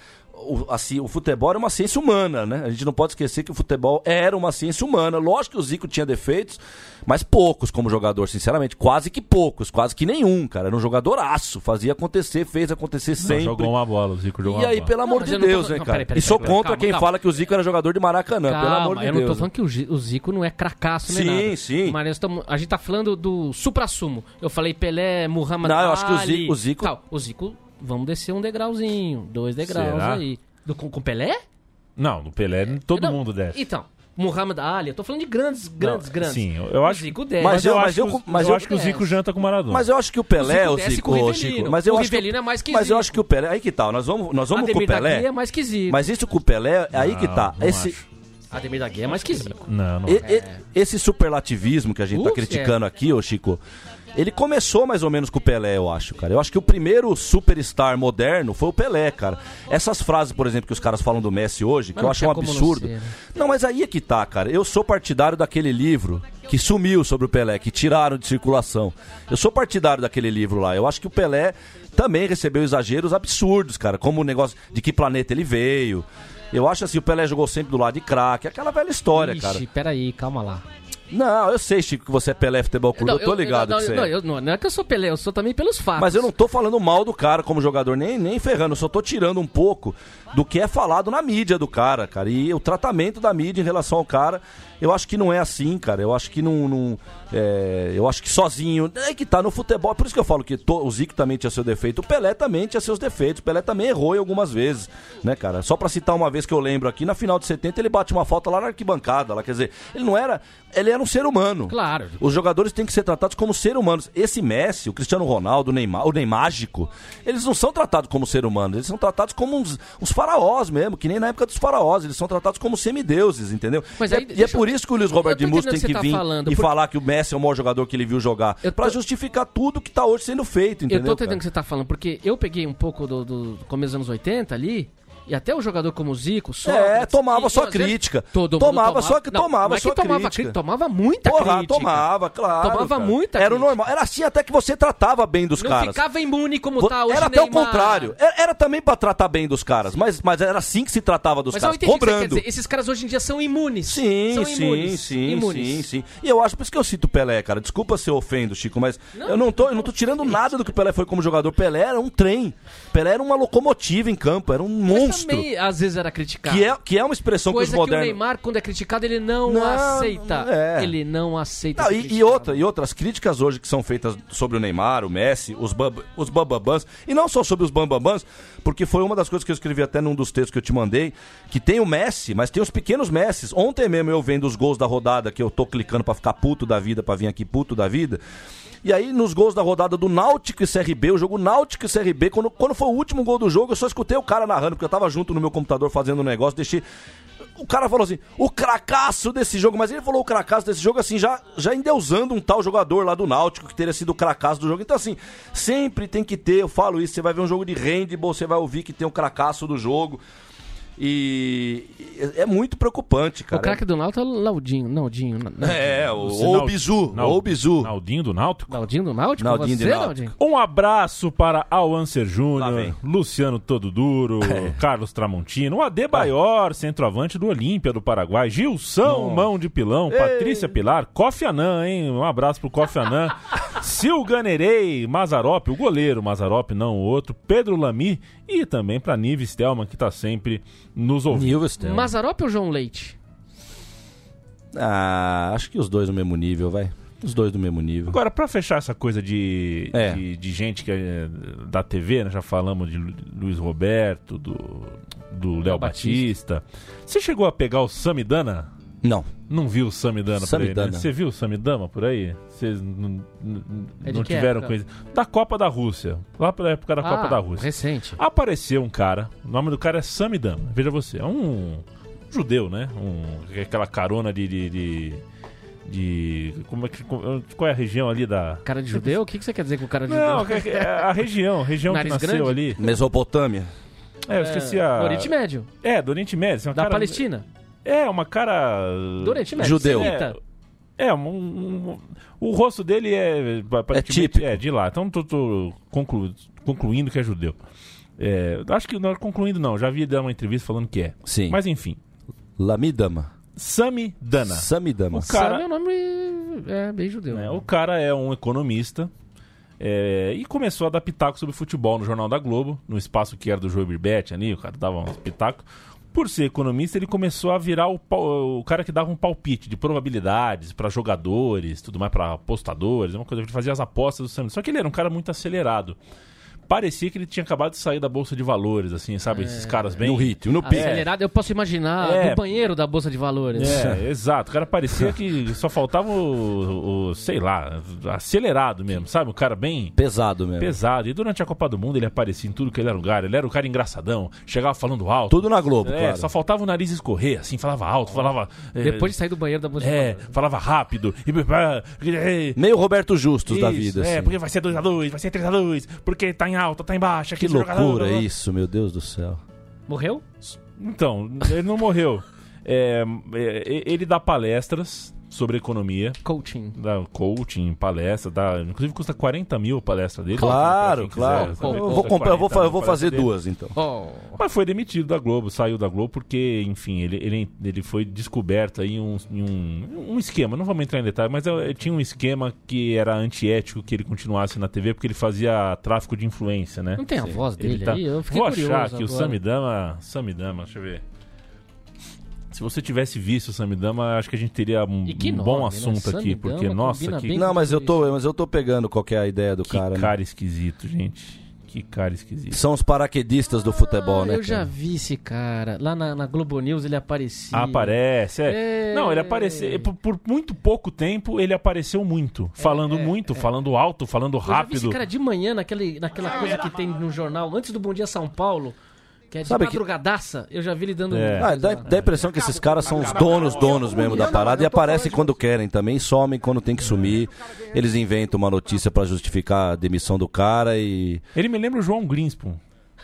S2: O, assim, o futebol era uma ciência humana, né? A gente não pode esquecer que o futebol era uma ciência humana. Lógico que o Zico tinha defeitos, mas poucos como jogador, sinceramente. Quase que poucos, quase que nenhum, cara. Era um jogadoraço, fazia acontecer, fez acontecer
S3: Não,
S2: sempre.
S3: jogou uma bola, o Zico jogou
S2: E
S3: uma
S2: aí,
S3: bola.
S2: pelo amor
S4: mas
S2: de
S4: eu não tô
S2: Deus,
S4: falando-
S2: né,
S4: não,
S2: cara?
S4: peraí, peraí,
S2: e sou
S4: peraí,
S2: contra
S4: calma,
S2: quem
S4: calma.
S2: fala que o Zico era jogador de Maracanã, pelo amor de
S4: eu
S2: Deus.
S4: não tô falando que o, Zi- o Zico não é cracaço nem
S2: Sim,
S4: nada.
S2: sim.
S4: Mas nós tamo- a gente tá falando do supra-sumo. Eu falei Pelé, Muhammad
S2: Não,
S4: Ali...
S2: eu acho que o Zico- o Zico-
S4: Tal. O Zico, vamos descer um degrauzinho, dois degraus
S3: Será?
S4: aí. Do, com, com Pelé?
S3: Não, no Pelé todo
S4: Não,
S3: mundo desce.
S4: Então, Muhammad Ali, eu tô falando de grandes, grandes, grandes.
S3: sim, eu- eu acho-
S4: O Zico desce.
S2: Mas eu- mas
S3: acho
S2: eu-
S3: que o-
S2: mas
S3: eu
S2: eu-
S3: acho que o
S4: é.
S3: Zico janta com o Maradona.
S2: Mas eu acho que o Pelé, é
S4: O Zico
S2: o
S4: desce
S2: Zico,
S4: com o
S2: o
S4: Rivelino.
S2: Chico. Mas eu
S4: O
S2: acho que
S4: Rivelino é mais que
S2: Mas eu
S4: Zico.
S2: acho que o Pelé, aí que tá, nós vamos, nós vamos com o
S4: Ademir da Guia
S2: Pelé.
S4: é mais que Zico.
S2: Mas isso com o Pelé, aí que tá.
S3: não
S2: esse
S3: acho.
S4: Ademir da Guia é mais que Zico.
S3: Não, não.
S2: e- e-
S4: É.
S2: esse superlativismo que a gente tá
S4: Ups,
S2: criticando aqui, ô Chico, ele começou mais ou menos com o Pelé, eu acho, cara. Eu acho que o primeiro superstar moderno foi o Pelé, cara. Essas frases, por exemplo, que os caras falam do Messi hoje, que
S4: não
S2: eu acho
S4: tinha
S2: um
S4: como não
S2: absurdo.
S4: ser, né?
S2: Não, mas aí é que tá, cara. Eu sou partidário daquele livro que sumiu sobre o Pelé, que tiraram de circulação. Eu sou partidário daquele livro lá. Eu acho que o Pelé também recebeu exageros absurdos, cara, como o negócio de que planeta ele veio. Eu acho assim, o Pelé jogou sempre do lado de craque, aquela velha história, cara.
S4: Ixi, peraí, calma lá.
S2: Não, eu sei, Chico, que você é Pelé Futebol Clube, eu, tô ligado
S4: não,
S2: que você
S4: não,
S2: é.
S4: eu- não, não é que eu sou Pelé, eu sou também pelos fatos.
S2: Mas eu não tô falando mal do cara como jogador, nem, nem ferrando, eu só tô tirando um pouco do que é falado na mídia do cara, cara. E o tratamento da mídia em relação ao cara, eu acho que não é assim, cara. Eu acho que não. não- é, eu acho que sozinho. É que tá no futebol. Por isso que eu falo que to- o Zico também tinha seu defeito, o Pelé também tinha seus defeitos. O Pelé também errou em algumas vezes, né, cara? Só pra citar uma vez que eu lembro aqui, na final de 70 ele bate uma falta lá na arquibancada, lá, quer dizer, ele não era. Ele era um ser humano.
S4: Claro.
S2: Os jogadores têm que ser tratados como seres humanos. Esse Messi, o Cristiano Ronaldo, o Neymar, o Neymágico, eles não são tratados como seres humanos, eles são tratados como uns, uns faraós mesmo, que nem na época dos faraós, eles são tratados como semideuses, entendeu?
S4: Mas
S2: E é-
S4: aí,
S2: e é,
S4: deixa eu-
S2: por isso que o Luiz Roberto de
S4: Eu tô
S2: Musso tem
S4: entendendo o que
S2: que
S4: você tá
S2: vir
S4: falando,
S2: e
S4: porque-
S2: falar que o Messi é o maior jogador que ele viu jogar,
S4: Eu
S2: pra
S4: tô-
S2: justificar tudo que tá hoje sendo feito, entendeu?
S4: eu tô entendendo o
S2: cara?
S4: que você tá falando, porque eu peguei um pouco do, do começo dos anos 80 ali, e até o jogador como o Zico, só.
S2: É, tomava sua crítica.
S4: Todo mundo
S2: Tomava sua-
S4: Não,
S2: tomava
S4: não é que
S2: sua
S4: tomava
S2: crítica.
S4: Tomava muita
S2: Porra,
S4: tá crítica.
S2: tomava, claro.
S4: Tomava
S2: cara.
S4: muita
S2: Era o
S4: crítica.
S2: normal. Era assim até que você tratava bem dos
S4: Não
S2: caras.
S4: ficava imune como
S2: Vo-
S4: tá hoje
S2: era até o
S4: Neymar.
S2: contrário. Era, era também pra tratar bem dos caras, mas, mas era assim que se tratava dos
S4: Mas eu
S2: caras,
S4: entendi o que você quer
S2: cobrando.
S4: dizer. Esses caras hoje em dia são imunes.
S2: Sim,
S4: são
S2: sim,
S4: imunes.
S2: sim,
S4: imunes.
S2: sim, sim. E eu acho por isso que eu cito o Pelé, cara. Desculpa se eu ofendo, Chico, mas eu não tô, eu não tô tirando nada do que o Pelé foi como jogador. Pelé era um trem. Pelé era uma locomotiva em campo, era um
S4: Mas
S2: monstro.
S4: também, às vezes, era criticado.
S2: Que é, que é uma expressão
S4: Coisa
S2: que os
S4: que, o
S2: modernos.
S4: Neymar, quando é criticado, ele não,
S2: Não,
S4: aceita.
S2: é.
S4: Ele não aceita.
S2: Não,
S4: ser
S2: e, e
S4: criticado.
S2: outra, e outras críticas hoje que são feitas sobre o Neymar, o Messi, os, bam, os bambambans, e não só sobre os bambambans, porque foi uma das coisas que eu escrevi até num dos textos que eu te mandei, que tem o Messi, mas tem os pequenos Messis. Ontem mesmo eu vendo os gols da rodada, que eu tô clicando pra ficar puto da vida, pra vir aqui puto da vida, e aí, nos gols da rodada do Náutico e CRB, o jogo Náutico e CRB, quando, quando foi o último gol do jogo, eu só escutei o cara narrando, porque eu tava junto no meu computador fazendo um negócio, deixei. O cara falou assim, o cracaço desse jogo, mas ele falou o cracaço desse jogo assim, já, já endeusando um tal jogador lá do Náutico que teria sido o cracaço do jogo. Então, assim, sempre tem que ter, eu falo isso, você vai ver um jogo de handball, você vai ouvir que tem o cracaço do jogo. E e é muito preocupante, cara.
S4: O craque do Náutico é o Laudinho. Naldinho. Na- na-
S2: É, o,
S3: Você,
S2: ou o
S3: Nal-
S2: Bizu,
S3: Nal-
S2: ou o Bizu.
S3: Naldinho do Náutico?
S4: Naldinho do Náutico?
S2: Naldinho
S4: Você,
S2: de Náutico.
S4: Naldinho?
S3: Um abraço para Alâncer
S2: Lá vem. É.
S3: Júnior, Luciano Todo Duro, Carlos Tramontino, o Adebayor, centroavante do Olímpia do Paraguai, Gilson, Mão de Pilão, Patrícia Pilar, Kofi Annan, hein? Um abraço pro Kofi Annan, Silganerei, Mazarop, o goleiro Mazarop, não o outro, Pedro Lamy e também para Nive Stelman, que tá sempre nos ouvindo.
S2: Nilvestel.
S4: Mazarop ou João Leite?
S2: Ah, acho que os dois no mesmo nível, vai. Os dois do mesmo nível.
S3: Agora, pra fechar essa coisa de,
S2: É.
S3: de, de gente que é da TV, né? Já falamos de Lu- Luiz Roberto, do, do Léo Batista. Você chegou a pegar o Samidana?
S2: Não.
S3: Não viu o Samidana, por aí, né?
S2: Samidana.
S3: Você viu o Samidana por aí? Vocês n- n-
S4: É de
S3: não
S4: que
S3: tiveram
S4: época?
S3: coisa. Da Copa da Rússia. Lá pela época da Copa
S4: Ah,
S3: da Rússia.
S4: Recente.
S3: Apareceu um cara, o nome do cara é Samidana. Veja você, é um judeu, né? Um, aquela carona de. de, de- de- como é que como- qual é a região ali da
S4: Cara de judeu? O que que você quer dizer com o cara de
S3: não
S4: judeu?
S3: é- é a região a região que
S4: Nariz
S3: nasceu
S4: grande?
S3: ali
S2: Mesopotâmia.
S3: é eu esqueci a
S4: Do Oriente Médio.
S3: é do Oriente Médio assim, uma
S4: Da
S3: cara-
S4: Palestina.
S3: é uma cara
S4: Do Oriente Médio.
S2: Judeu.
S4: Semita.
S3: É, um- um- um- o rosto dele é aparentemente,
S2: típico.
S3: é de lá. Então tô, tô conclu- concluindo que é judeu. É, acho que não é concluindo não, já vi dar uma entrevista falando que é.
S2: Sim.
S3: Mas enfim,
S2: Lamidama.
S3: Sami Dana.
S2: Samidama.
S3: O cara-
S4: Sabe o nome é bem judeu.
S3: né? O cara é um economista é, e começou a dar pitaco sobre futebol no Jornal da Globo, no espaço que era do Joe Birbet ali, o cara dava uns pitaco. Por ser economista, ele começou a virar o, pau- o cara que dava um palpite de probabilidades para jogadores, tudo mais para apostadores, é uma coisa que ele fazia as apostas do Santos. Só que ele era um cara muito acelerado. Parecia que ele tinha acabado de sair da bolsa de valores, assim, sabe? Esses caras bem.
S2: No ritmo, no pique.
S4: Acelerado, eu posso imaginar
S3: É.
S4: no banheiro da Bolsa de Valores.
S3: É, exato. O cara parecia que só faltava o- o sei lá, acelerado mesmo, sabe? O cara bem.
S2: Pesado mesmo.
S3: pesado. E durante a Copa do Mundo ele aparecia em tudo que ele era lugar. Ele era o cara engraçadão, chegava falando alto.
S2: Tudo na Globo,
S3: É,
S2: claro.
S3: só faltava o nariz escorrer, assim, falava alto, falava. é,
S4: Depois de sair do banheiro da Bolsa de
S3: É,
S4: Valores.
S3: falava rápido. E, é,
S2: Meio Roberto Justus da
S3: isso,
S2: vida,
S3: É,
S2: assim.
S3: porque vai ser 2x2, vai ser 3x2, porque tá em alta, tá em baixa.
S2: Que
S3: aquele jogador, blá,
S2: loucura
S3: blá, blá.
S2: isso, meu Deus do céu.
S4: Morreu?
S3: Então, ele não morreu. É, é, ele dá palestras sobre economia,
S4: Coaching.
S3: dá coaching, palestra, dá, inclusive custa 40 mil a palestra dele.
S2: Claro,
S3: Pra quem
S2: claro.
S3: quiser, sabe?
S2: Eu
S3: Custa
S2: vou comprar, eu vou,
S3: 40
S2: fa-
S3: mil
S2: eu vou
S3: a
S2: fazer
S3: palestra dele.
S2: duas, então.
S4: Oh.
S3: Mas foi demitido da Globo, saiu da Globo porque, enfim, ele, ele, ele foi descoberto aí um, em um, um esquema. Não vamos entrar em detalhe, mas eh, tinha um esquema que era antiético que ele continuasse na TV porque ele fazia tráfico de influência, né?
S4: Não tem a voz
S3: Ele
S4: dele
S3: tá-
S4: aí? Eu fiquei
S3: Vou
S4: curioso
S3: achar que o
S4: agora.
S3: Samidama. Samidama, deixa eu ver. Se você tivesse visto o Samidama, acho que a gente teria um,
S4: E que
S3: um
S4: nome,
S3: bom
S4: né?
S3: assunto aqui,
S4: Samidama
S3: porque,
S4: combina
S3: nossa, que
S4: bem
S2: Não, mas eu tô, mas eu tô pegando qual que é a ideia do
S3: Que
S2: cara.
S3: cara,
S2: né?
S3: esquisito, gente. Que cara esquisito.
S2: São os paraquedistas do futebol,
S4: Ah,
S2: né?
S4: Eu já
S2: cara?
S4: vi esse cara. Lá na, na Globo News ele aparecia.
S3: Aparece, é.
S4: É.
S3: Não, ele apareceu. Por, por muito pouco tempo, ele apareceu muito.
S4: É,
S3: Falando muito, falando alto, falando
S4: Eu já vi esse
S3: rápido.
S4: cara de manhã naquele, naquela coisa que tem no jornal, antes do Bom Dia São Paulo, que é de
S2: Sabe que-
S4: madrugadaça. Eu já vi ele dando... um-
S3: É.
S2: Ah, dá, dá a impressão que esses caras são os donos, donos mesmo da parada e aparecem quando querem também, somem quando
S3: É.
S2: tem que sumir. Eles inventam uma notícia pra justificar a demissão do cara e.
S3: Ele me lembra o João Greenspoon,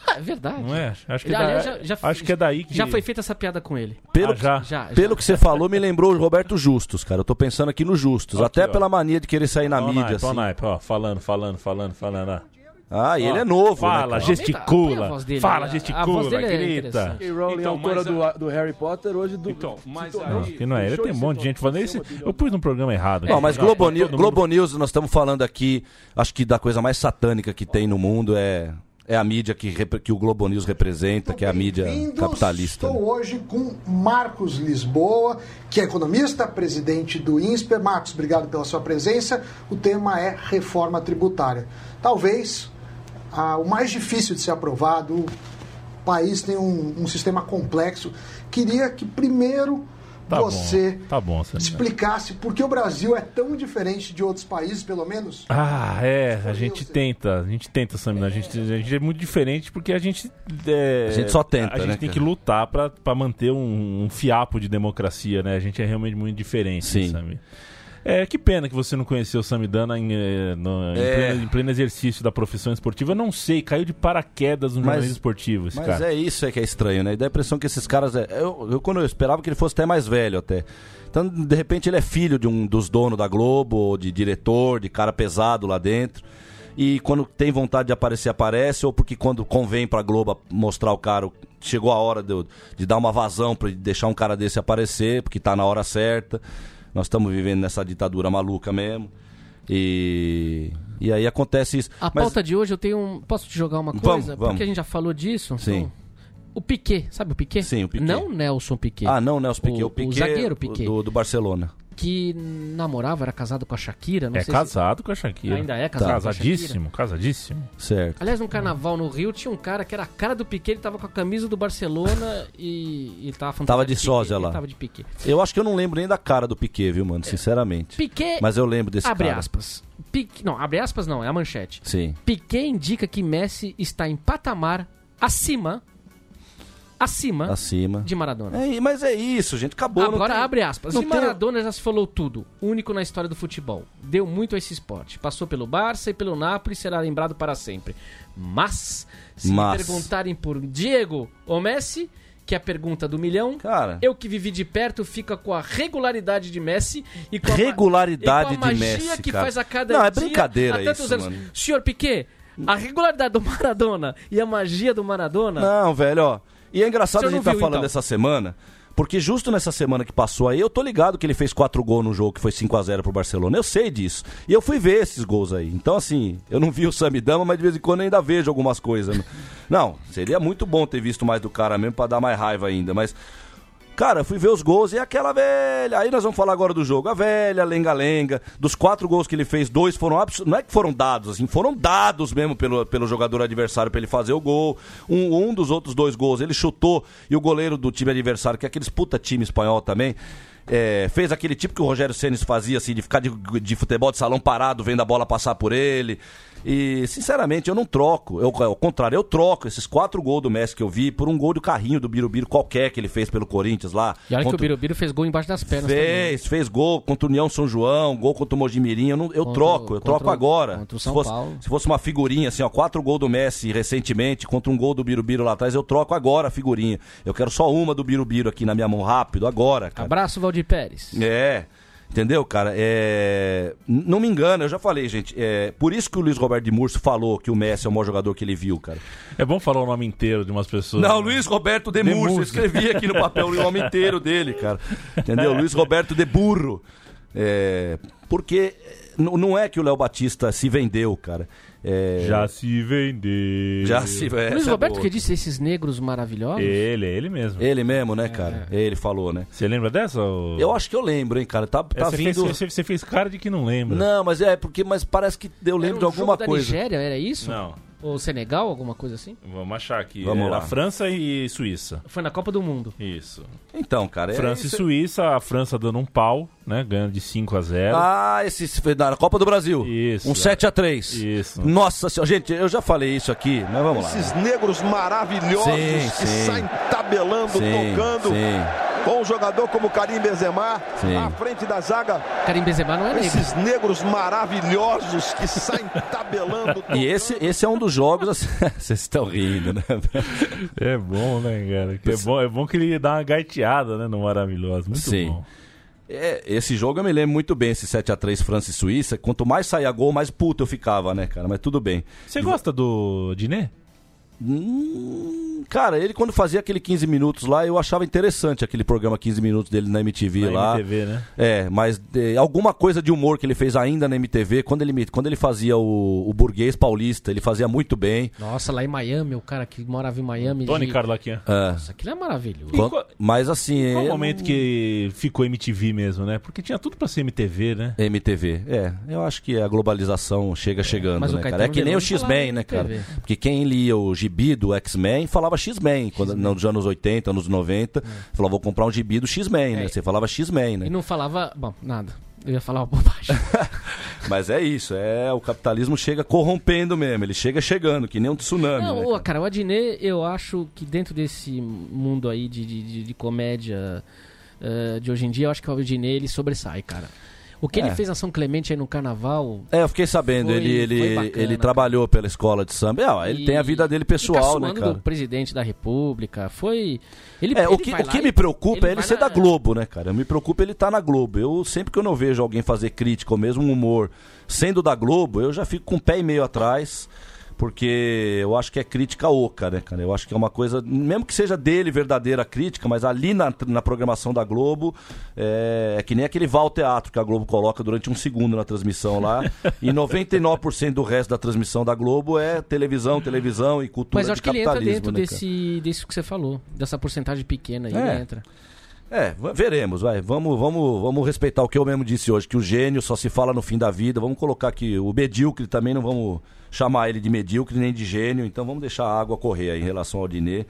S4: Ah, é verdade.
S3: não é? Acho que,
S4: Ele,
S3: é, da-
S4: aliás, já- já-
S3: acho que é daí que.
S4: Já foi feita essa piada com ele.
S3: Ah,
S2: Pelo, que-
S3: já.
S4: Já, já.
S2: pelo que você falou, me lembrou o Roberto Justus, cara. Eu tô pensando aqui no Justus, até
S3: ó.
S2: pela mania de querer sair na
S3: Ó o
S2: mídia.
S3: naipe, ó o
S2: Assim.
S3: naipe, Então, ó, falando, falando, falando, falando. ó.
S2: Ah, e ele
S3: Ó,
S2: é novo,
S3: Fala,
S2: né, cara?
S4: Põe
S3: gesticula.
S4: a voz dele,
S3: fala,
S4: a- a
S3: gesticula,
S4: voz dele é
S3: grita.
S4: interessante.
S10: Rowling,
S8: Então,
S10: autora
S8: mas
S10: do, do Harry Potter, hoje do.
S8: Então, mas
S10: se
S3: Não,
S10: tornou-
S3: que não é. Ele tem um monte de gente falando isso. Eu pus no programa errado.
S2: Não, mas
S3: Não,
S2: Globo,
S3: É, tá todo
S2: News,
S3: mundo-
S2: Globo News, nós estamos falando aqui, acho que da coisa mais satânica que tem no mundo é, é a mídia que, repre- que o Globo News representa, que é a mídia capitalista. né?
S10: hoje com Marcos Lisboa, que é economista, presidente do INSPER. Marcos, obrigado pela sua presença. O tema é reforma tributária. Talvez ah, o mais difícil de ser aprovado. O país tem um, um sistema complexo. Queria que primeiro
S3: Tá bom,
S10: você
S3: tá bom, Samir.
S10: explicasse por que o Brasil é tão diferente de outros países, pelo menos.
S3: Ah, é, a
S10: Escolheu,
S3: gente
S10: você-
S3: tenta, a gente tenta, Samina. A gente, a gente é muito diferente porque a gente. é,
S2: A gente só tenta,
S3: A gente
S2: né,
S3: tem
S2: cara?
S3: que lutar pra, pra manter um, um fiapo de democracia, né? A gente é realmente muito diferente,
S2: Sim.
S3: sabe? É, que pena que você não conheceu o Samidana em, eh, no- em
S2: É.
S3: pleno, em pleno exercício da profissão esportiva. Eu não sei, caiu de paraquedas no
S2: Mas-
S3: jornalismo esportivo esse
S2: Mas
S3: cara.
S2: é isso é que é estranho, né? E dá a impressão que esses caras. É... Eu, eu- quando eu esperava que ele fosse até mais velho até. Então, de repente, ele é filho de um dos donos da Globo, ou de diretor, de cara pesado lá dentro. E quando tem vontade de aparecer, aparece, ou porque quando convém pra Globo mostrar o cara, chegou a hora de, eu- de dar uma vazão pra deixar um cara desse aparecer, porque tá na hora certa. Nós estamos vivendo nessa ditadura maluca mesmo. E, e aí acontece isso.
S4: A
S2: Mas-
S4: pauta de hoje eu tenho um... Posso te jogar uma
S2: Vamos,
S4: coisa?
S2: vamos.
S4: Porque a gente já falou disso.
S2: Sim.
S4: Então, O Piquet, sabe o Piquet?
S2: Sim, o Piquet.
S4: Não o Nelson Piquet.
S2: Ah, não, Nelson Piquet.
S4: O-
S2: O,
S4: o
S2: Piquet
S4: zagueiro Piquet.
S2: Do, do Barcelona.
S4: Que namorava, era casado com a Shakira. Não
S3: É
S4: sei se-
S3: casado com a Shakira.
S4: Ainda é casado com a Shakira?
S3: Casadíssimo, casadíssimo.
S2: Certo.
S4: Aliás, no carnaval no Rio tinha um cara que era a cara do Piquet, ele tava com a camisa do Barcelona e, e tava fantasiado
S2: Tava de sósia
S4: Piquet,
S2: lá.
S4: ele Tava de Piquet.
S2: Eu acho que eu não lembro nem da cara do Piquet, viu, mano? Sinceramente.
S4: É. Piquet,
S2: Mas eu lembro desse
S4: abre
S2: cara.
S4: aspas. Piquet, não, abre aspas não, é a manchete.
S2: Sim.
S4: Piquet indica que Messi está em patamar acima acima
S2: Acima.
S4: de Maradona.
S2: É, e- mas é isso, gente. Acabou. não
S4: Agora
S2: tem-
S4: abre aspas.
S2: não
S4: De
S2: tem-
S4: Maradona já se falou tudo. Único na história do futebol. Deu muito a esse esporte. Passou pelo Barça e pelo Napoli e será lembrado para sempre. Mas, se me
S2: Mas.
S4: perguntarem por Diego ou Messi, que é a pergunta do milhão,
S2: Cara.
S4: eu que vivi de perto fica com a regularidade de Messi e com a,
S2: Regularidade
S4: e com a
S2: de
S4: magia
S2: Messi,
S4: que
S2: cara.
S4: faz a cada
S2: Não, é
S4: dia,
S2: brincadeira
S4: há tantos
S2: isso,
S4: anos.
S2: mano.
S4: Senhor Piquet, a regularidade do Maradona e a magia do Maradona...
S2: Não, velho, ó. E é
S4: O
S2: engraçado a
S4: senhor
S2: gente
S4: não
S2: tá
S4: viu,
S2: falando
S4: então?
S2: essa semana, porque justo nessa semana que passou aí, eu tô ligado que ele fez quatro gols no jogo que foi 5 a 0 pro Barcelona. Eu sei disso. E eu fui ver esses gols aí. Então, assim, eu não vi o Samidama, mas de vez em quando eu ainda vejo algumas coisas. né? não, seria muito bom ter visto mais do cara mesmo pra dar mais raiva ainda, mas. Cara, eu fui ver os gols e é aquela velha. Aí nós vamos falar agora do jogo. A velha, lenga-lenga. Dos quatro gols que ele fez, dois foram abs... Não é que foram dados, assim, foram dados mesmo pelo, pelo jogador adversário pra ele fazer o gol. Um, um dos outros dois gols, ele chutou e o goleiro do time adversário, que é aqueles puta time espanhol também. é, fez aquele tipo que o Rogério Senes fazia, assim, de ficar de, de futebol de salão parado, vendo a bola passar por ele. E, sinceramente, eu não troco. Eu, ao contrário, eu troco esses quatro gols do Messi que eu vi por um gol do carrinho do Birubiru qualquer que ele fez pelo Corinthians lá.
S4: E olha que o
S2: Contra-
S4: Birubiru fez gol embaixo das pernas também. né?
S2: Fez, fez gol contra o União São João, gol contra o Mojimirim. Eu, não- eu
S4: Contra o-
S2: troco, eu
S4: contra
S2: troco
S4: o-
S2: agora.
S4: contra o São
S2: se fosse,
S4: Paulo.
S2: Se fosse uma figurinha assim, ó, quatro gols do Messi recentemente contra um gol do Birubiru lá atrás, eu troco agora a figurinha. Eu quero só uma do Birubiru aqui na minha mão rápido, agora, cara.
S4: Abraço, Valdir Pérez.
S2: É. Entendeu, cara? É... n- Não me engana, eu já falei, gente. É... Por isso que o Luiz Roberto de Murcio falou que o Messi é o maior jogador que ele viu, cara.
S3: É bom falar o nome inteiro de umas pessoas.
S2: Não,
S3: né?
S2: Luiz Roberto de,
S3: De
S2: Murcio. Eu
S3: Murcio.
S2: escrevi aqui no papel o nome inteiro dele, cara. Entendeu? Luiz Roberto de Burro. É, Porque n- não é que o Léo Batista se vendeu, cara. É,
S3: Já se vendeu.
S2: já se é,
S4: Luiz
S2: essa é
S4: Roberto
S2: boa.
S4: que disse esses negros maravilhosos?
S3: Ele, é ele mesmo.
S2: Ele mesmo, né, cara? Ele falou, né?
S3: Você lembra dessa? ô?
S2: Eu acho que eu lembro, hein, cara. Tá,
S3: É,
S2: tá
S3: você,
S2: vindo.
S3: fez, você- você fez cara de que não lembra.
S2: Não, mas é porque mas parece que eu
S4: Era
S2: lembro
S4: um
S2: de alguma
S4: jogo da
S2: coisa.
S4: Nigéria, era isso?
S3: Não.
S4: Ou Senegal, alguma coisa assim?
S3: Vamos achar aqui.
S2: Vamos
S3: Era
S2: lá.
S3: França e Suíça.
S4: Foi na Copa do Mundo.
S3: Isso.
S2: Então, cara, é
S3: França e
S2: isso-
S3: Suíça, a França dando um pau, né? Ganhando de 5 a 0.
S2: Ah, esse esse foi na Copa do Brasil.
S3: Isso. é.
S2: Um 7 a 3.
S3: Isso.
S2: Nossa senhora, gente, eu já falei isso aqui, mas vamos lá.
S11: Esses negros maravilhosos
S2: Sim,
S11: que
S2: sim.
S11: saem tabelando,
S2: Sim,
S11: tocando.
S2: sim.
S11: Com um jogador como Karim Benzema
S2: Sim.
S11: à frente da zaga.
S4: Karim Benzema não é negro.
S11: Esses negros maravilhosos que saem tabelando.
S2: E esse, esse é um dos jogos. assim- Vocês estão rindo, né?
S3: É bom, né, cara? Que É bom, é bom que ele dá uma gaiteada, né? No maravilhoso. Muito
S2: Sim.
S3: bom.
S2: É, esse jogo eu me lembro muito bem, esse 7 a 3 França e Suíça. Quanto mais saía gol, mais puto eu ficava, né, cara? Mas tudo bem.
S3: Você gosta do Diné?
S2: Hum, cara, ele quando fazia aquele 15 minutos lá, eu achava interessante aquele programa 15 minutos dele na
S3: Na
S2: MTV lá.
S3: MTV, né?
S2: É, mas eh, alguma coisa de humor que ele fez ainda na MTV, quando ele, me- quando ele fazia o, o burguês paulista, ele fazia muito bem.
S4: Nossa, lá em Miami, o cara que morava em Miami.
S3: Tony
S4: de-
S3: Carlaquian.
S2: É,
S4: Nossa, aquilo é maravilhoso.
S2: quan- mas assim.
S3: Qual o
S2: eu-
S3: momento que ficou MTV mesmo, né? Porque tinha tudo pra ser MTV, né?
S2: MTV, é. Eu acho que a globalização chega chegando,
S4: mas o
S2: né, cara? É
S4: Caetano
S2: que nem o
S4: Veloso
S2: X-Men,
S4: falava
S2: né, cara?
S4: MTV.
S2: Porque quem lia o gibi do X-Men falava X-Men, quando- nos anos 80, anos 90, falava, vou comprar um gibi do X-Men, né?
S4: É.
S2: Você falava X-Men, né?
S4: E não falava. Bom, nada. Eu ia falar uma bobagem.
S2: Mas é isso, é o capitalismo chega corrompendo mesmo, ele chega chegando, que nem um tsunami.
S4: Não,
S2: né,
S4: ô,
S2: cara?
S4: cara, o Adnet, eu acho que dentro desse mundo aí de, de, de- de comédia eh, de hoje em dia, eu acho que o Adnet ele sobressai, cara. O que
S2: É.
S4: ele fez na São Clemente aí no carnaval.
S2: É, eu fiquei sabendo,
S4: Foi-
S2: ele, ele,
S4: foi bacana,
S2: ele
S4: cara.
S2: trabalhou pela escola de samba. É, ó, ele
S4: e-
S2: tem a vida dele pessoal,
S4: e
S2: né,
S4: caçoando
S2: cara?
S4: tá do presidente da República. Foi. Ele,
S2: É,
S4: ele
S2: o que,
S4: vai
S2: o
S4: lá
S2: que
S4: e-
S2: me preocupa é ele
S4: vai
S2: ser
S4: na-
S2: da Globo, né, cara? Me preocupa ele tá na Globo. Eu sempre que eu não vejo alguém fazer crítica ou mesmo um humor sendo da Globo, eu já fico com o pé e meio atrás, porque eu acho que é crítica oca, né, cara? Eu acho que é uma coisa, mesmo que seja dele verdadeira crítica, mas ali na, na programação da Globo é, é que nem aquele Val Teatro que a Globo coloca durante um segundo na transmissão lá, e 99% do resto da transmissão da Globo é televisão, televisão e cultura
S4: Mas eu acho
S2: de
S4: que ele entra
S2: capitalismo,
S4: dentro
S2: né, cara?
S4: desse, desse que você falou, dessa porcentagem pequena aí,
S2: É.
S4: ele entra.
S2: É, v- veremos, vai. Vamos, vamos, vamos respeitar o que eu mesmo disse hoje, que o gênio só se fala no fim da vida. Vamos colocar que o medíocre também não vamos chamar ele de medíocre nem de gênio, então vamos deixar a água correr aí em relação ao Dinê.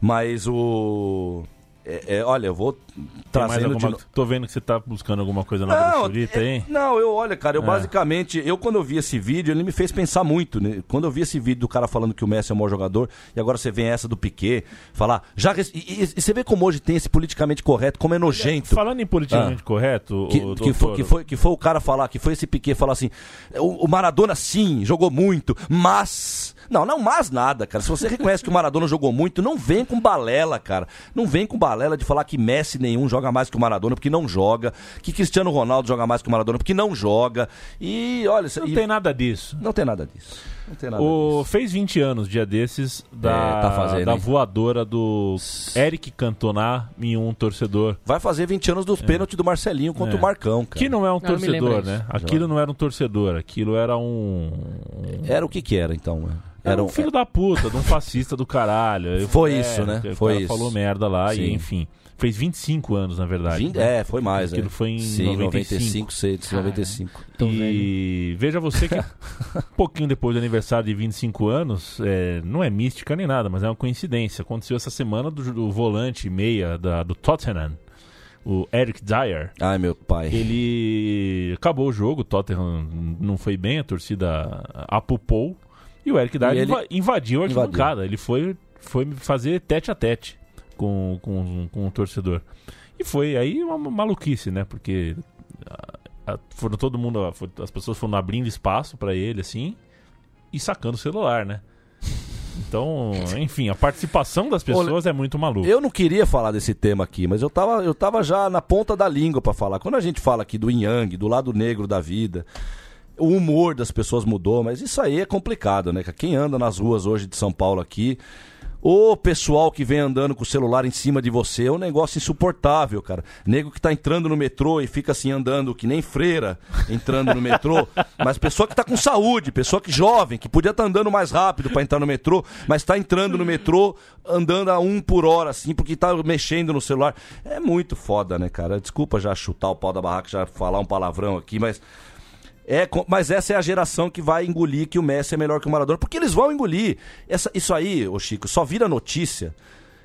S2: Mas o. é- é, olha, eu vou
S3: Tem mais
S2: trazendo de
S3: alguma...
S2: novo.
S3: Tô vendo que você tá buscando alguma coisa na
S2: Não,
S3: brochurita,
S2: é-
S3: hein?
S2: não, eu olha, cara,
S3: É.
S2: eu basicamente, eu quando eu vi esse vídeo, ele me fez pensar muito, né? Quando eu vi esse vídeo do cara falando que o Messi é o maior jogador, e agora você vem essa do Piquet, falar, já res- e, e- e você vê como hoje tem esse politicamente correto, como é nojento.
S3: Falando em politicamente correto,
S2: Ah. Que,
S3: o
S2: que foi, que, foi, que foi o cara falar, que foi esse Piquet falar assim: o, o Maradona sim, jogou muito, mas. Não, não mas nada, cara. Se você reconhece que o Maradona jogou muito, não vem com balela, cara. Não vem com balela de falar que Messi nenhum joga mais que o Maradona, porque não joga. Que Cristiano Ronaldo joga mais que o Maradona, porque não joga. E olha, isso-
S3: não
S2: e-
S3: tem nada disso.
S2: não tem nada disso. Não tem nada
S3: O,
S2: disso.
S3: fez 20 anos, dia desses, da,
S2: É, tá fazendo,
S3: da
S2: hein?
S3: voadora do Eric Cantona em um torcedor.
S2: Vai fazer 20 anos dos pênaltis do Marcelinho contra
S3: É.
S2: o Marcão, cara.
S3: Que não é um
S4: Não, eu me
S3: torcedor,
S4: lembro
S3: né?
S4: disso.
S3: Aquilo não era um torcedor, aquilo era um.
S2: Era o que que era, então? né?
S3: Era, um
S2: um-
S3: filho da puta, de um fascista do caralho.
S2: Foi
S3: É,
S2: isso, né?
S3: o
S2: Foi
S3: cara
S2: isso.
S3: falou merda lá
S2: Sim.
S3: e enfim. Fez 25 anos, na verdade.
S2: Vinte-
S3: né?
S2: É, foi mais.
S3: Aquilo
S2: é.
S3: foi em
S2: Sim,
S3: 95,
S2: 95, 6, 95.
S4: Tô Então, velho.
S3: E veja você que um pouquinho depois do aniversário de 25 anos, é, não é mística nem nada, mas é uma coincidência. Aconteceu essa semana do, do volante meia da- do Tottenham, o Eric Dyer.
S2: Ai, meu pai.
S3: Ele acabou o jogo, o Tottenham não foi bem, a torcida apupou. E o Eric Dyer
S2: E ele-
S3: inva- invadiu a
S2: invadiu.
S3: arquibancada. Ele foi, foi fazer tete a tete com, com, com o torcedor. E foi aí uma maluquice, né? Porque a- a- foram todo mundo, a- foi- as pessoas foram abrindo espaço pra ele, assim, e sacando o celular, né? Então, enfim, a participação das pessoas é muito maluca.
S2: Eu não queria falar desse tema aqui, mas eu tava, eu tava já na ponta da língua pra falar. Quando a gente fala aqui do yin yang, do lado negro da vida, o humor das pessoas mudou, mas isso aí é complicado, né? cara? Quem anda nas ruas hoje de São Paulo aqui, o pessoal que vem andando com o celular em cima de você, é um negócio insuportável, cara. Nego que tá entrando no metrô e fica assim andando que nem freira, entrando no metrô, mas pessoa que tá com saúde, pessoa que jovem, que podia estar andando mais rápido pra entrar no metrô, mas tá entrando no metrô andando a um por hora assim, porque tá mexendo no celular. É muito foda, né, cara? Desculpa já chutar o pau da barraca, já falar um palavrão aqui, mas é, com- mas essa é a geração que vai engolir que o Messi é melhor que o Maradona, porque eles vão engolir. Essa- isso aí, ô Chico, só vira notícia.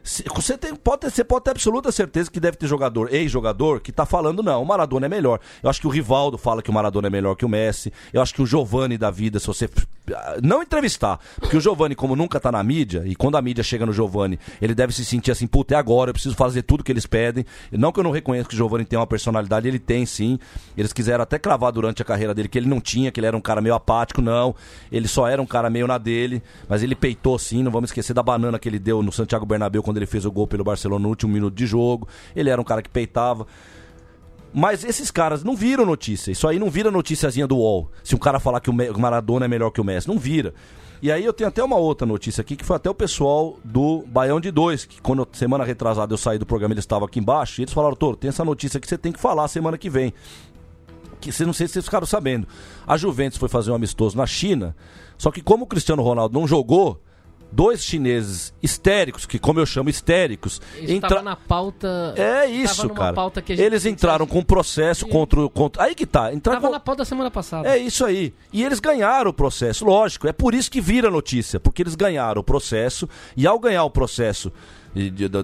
S2: Se- Você, tem- pode ter, você pode ter absoluta certeza que deve ter jogador, ex-jogador, que tá falando, não, o Maradona é melhor. Eu acho que o Rivaldo fala que o Maradona é melhor que o Messi. Eu acho que o Giovani da vida, se você. ah, Não entrevistar. Porque o Giovani, como nunca tá na mídia, e quando a mídia chega no Giovani, ele deve se sentir assim, puta, é agora, eu preciso fazer tudo que eles pedem. Não que eu não reconheça que o Giovani tem uma personalidade, ele tem sim. Eles quiseram até cravar durante a carreira dele que ele não tinha, que ele era um cara meio apático, não. Ele só era um cara meio na dele, mas ele peitou sim, não vamos esquecer da banana que ele deu no Santiago Bernabéu quando ele fez o gol pelo Barcelona no último minuto de jogo. Ele era um cara que peitava. Mas esses caras não viram notícia. Isso aí não vira noticiazinha do UOL. Se um cara falar que o Me- Maradona é melhor que o Messi, não vira. E aí eu tenho até uma outra notícia aqui, que foi até o pessoal do Baião de Dois, que quando eu- semana retrasada eu saí do programa, eles estavam aqui embaixo, e eles falaram, Toro, tem essa notícia que você tem que falar semana que vem que vocês não sei se vocês ficaram sabendo. A Juventus foi fazer um amistoso na China, só que como o Cristiano Ronaldo não jogou, dois chineses histéricos, que como eu chamo histéricos,
S4: Isso
S2: entra-
S4: tava na pauta.
S2: é isso,
S4: tava numa
S2: cara.
S4: Pauta que a gente
S2: Eles entraram com um processo contra o. Contra... Aí que tá. Entrar
S4: Tava
S2: com...
S4: na pauta da semana passada.
S2: É isso aí. E eles ganharam o processo, lógico. É por isso que vira notícia, porque eles ganharam o processo e ao ganhar o processo. e de- da-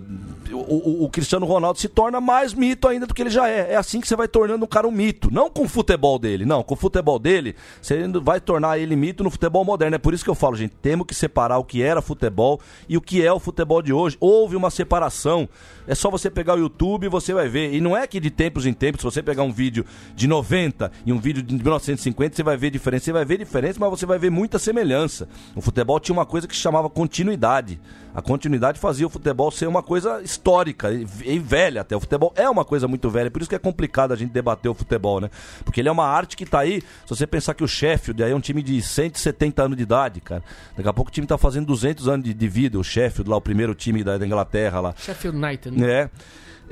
S2: o, o- o Cristiano Ronaldo se torna mais mito ainda do que ele já é. É assim que você vai tornando um cara um mito. Não com o futebol dele, não. Com o futebol dele, você ainda vai tornar ele mito no futebol moderno. É por isso que eu falo, gente, temos que separar o que era futebol e o que é o futebol de hoje. Houve uma separação. É só você pegar o YouTube e você vai ver. E não é que de tempos em tempos, se você pegar um vídeo de 90 e um vídeo de 1950, você vai ver diferença. Você vai ver diferença, mas você vai ver muita semelhança. O futebol tinha uma coisa que se chamava continuidade. A continuidade fazia o futebol ser uma coisa histórica e e velha até. O futebol é uma coisa muito velha, por isso que é complicado a gente debater o futebol, né? Porque ele é uma arte que tá aí. Se você pensar que o Sheffield aí é um time de 170 anos de idade, cara. Daqui a pouco o time tá fazendo 200 anos de, de vida. O Sheffield lá, o primeiro time da, da Inglaterra lá.
S4: Sheffield United. né?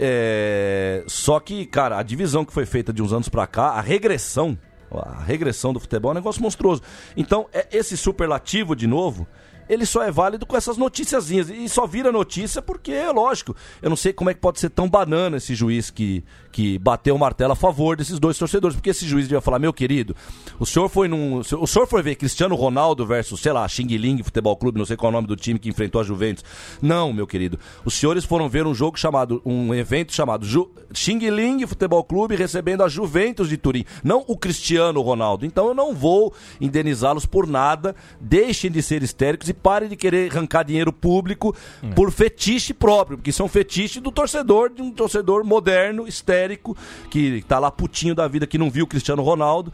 S2: É. É, Só que, cara, a divisão que foi feita de uns anos pra cá, a regressão, a regressão do futebol é um negócio monstruoso. Então, é- esse superlativo, de novo, ele só é válido com essas noticiazinhas. E só vira notícia porque, é lógico, eu não sei como é que pode ser tão banana esse juiz que, que bateu o martelo a favor desses dois torcedores. Porque esse juiz devia falar, meu querido, o senhor foi num. O senhor foi ver Cristiano Ronaldo versus, sei lá, Xing Ling Futebol Clube, não sei qual é o nome do time que enfrentou a Juventus. Não, meu querido. Os senhores foram ver um jogo chamado. um evento chamado Ju, Xing Ling Futebol Clube recebendo a Juventus de Turim. Não o Cristiano Ronaldo. Então eu não vou indenizá-los por nada. Deixem de ser histéricos e parem de querer arrancar dinheiro público por fetiche próprio, porque isso é um fetiche do torcedor, de um torcedor moderno, histérico, que tá lá putinho da vida, que não viu o Cristiano Ronaldo.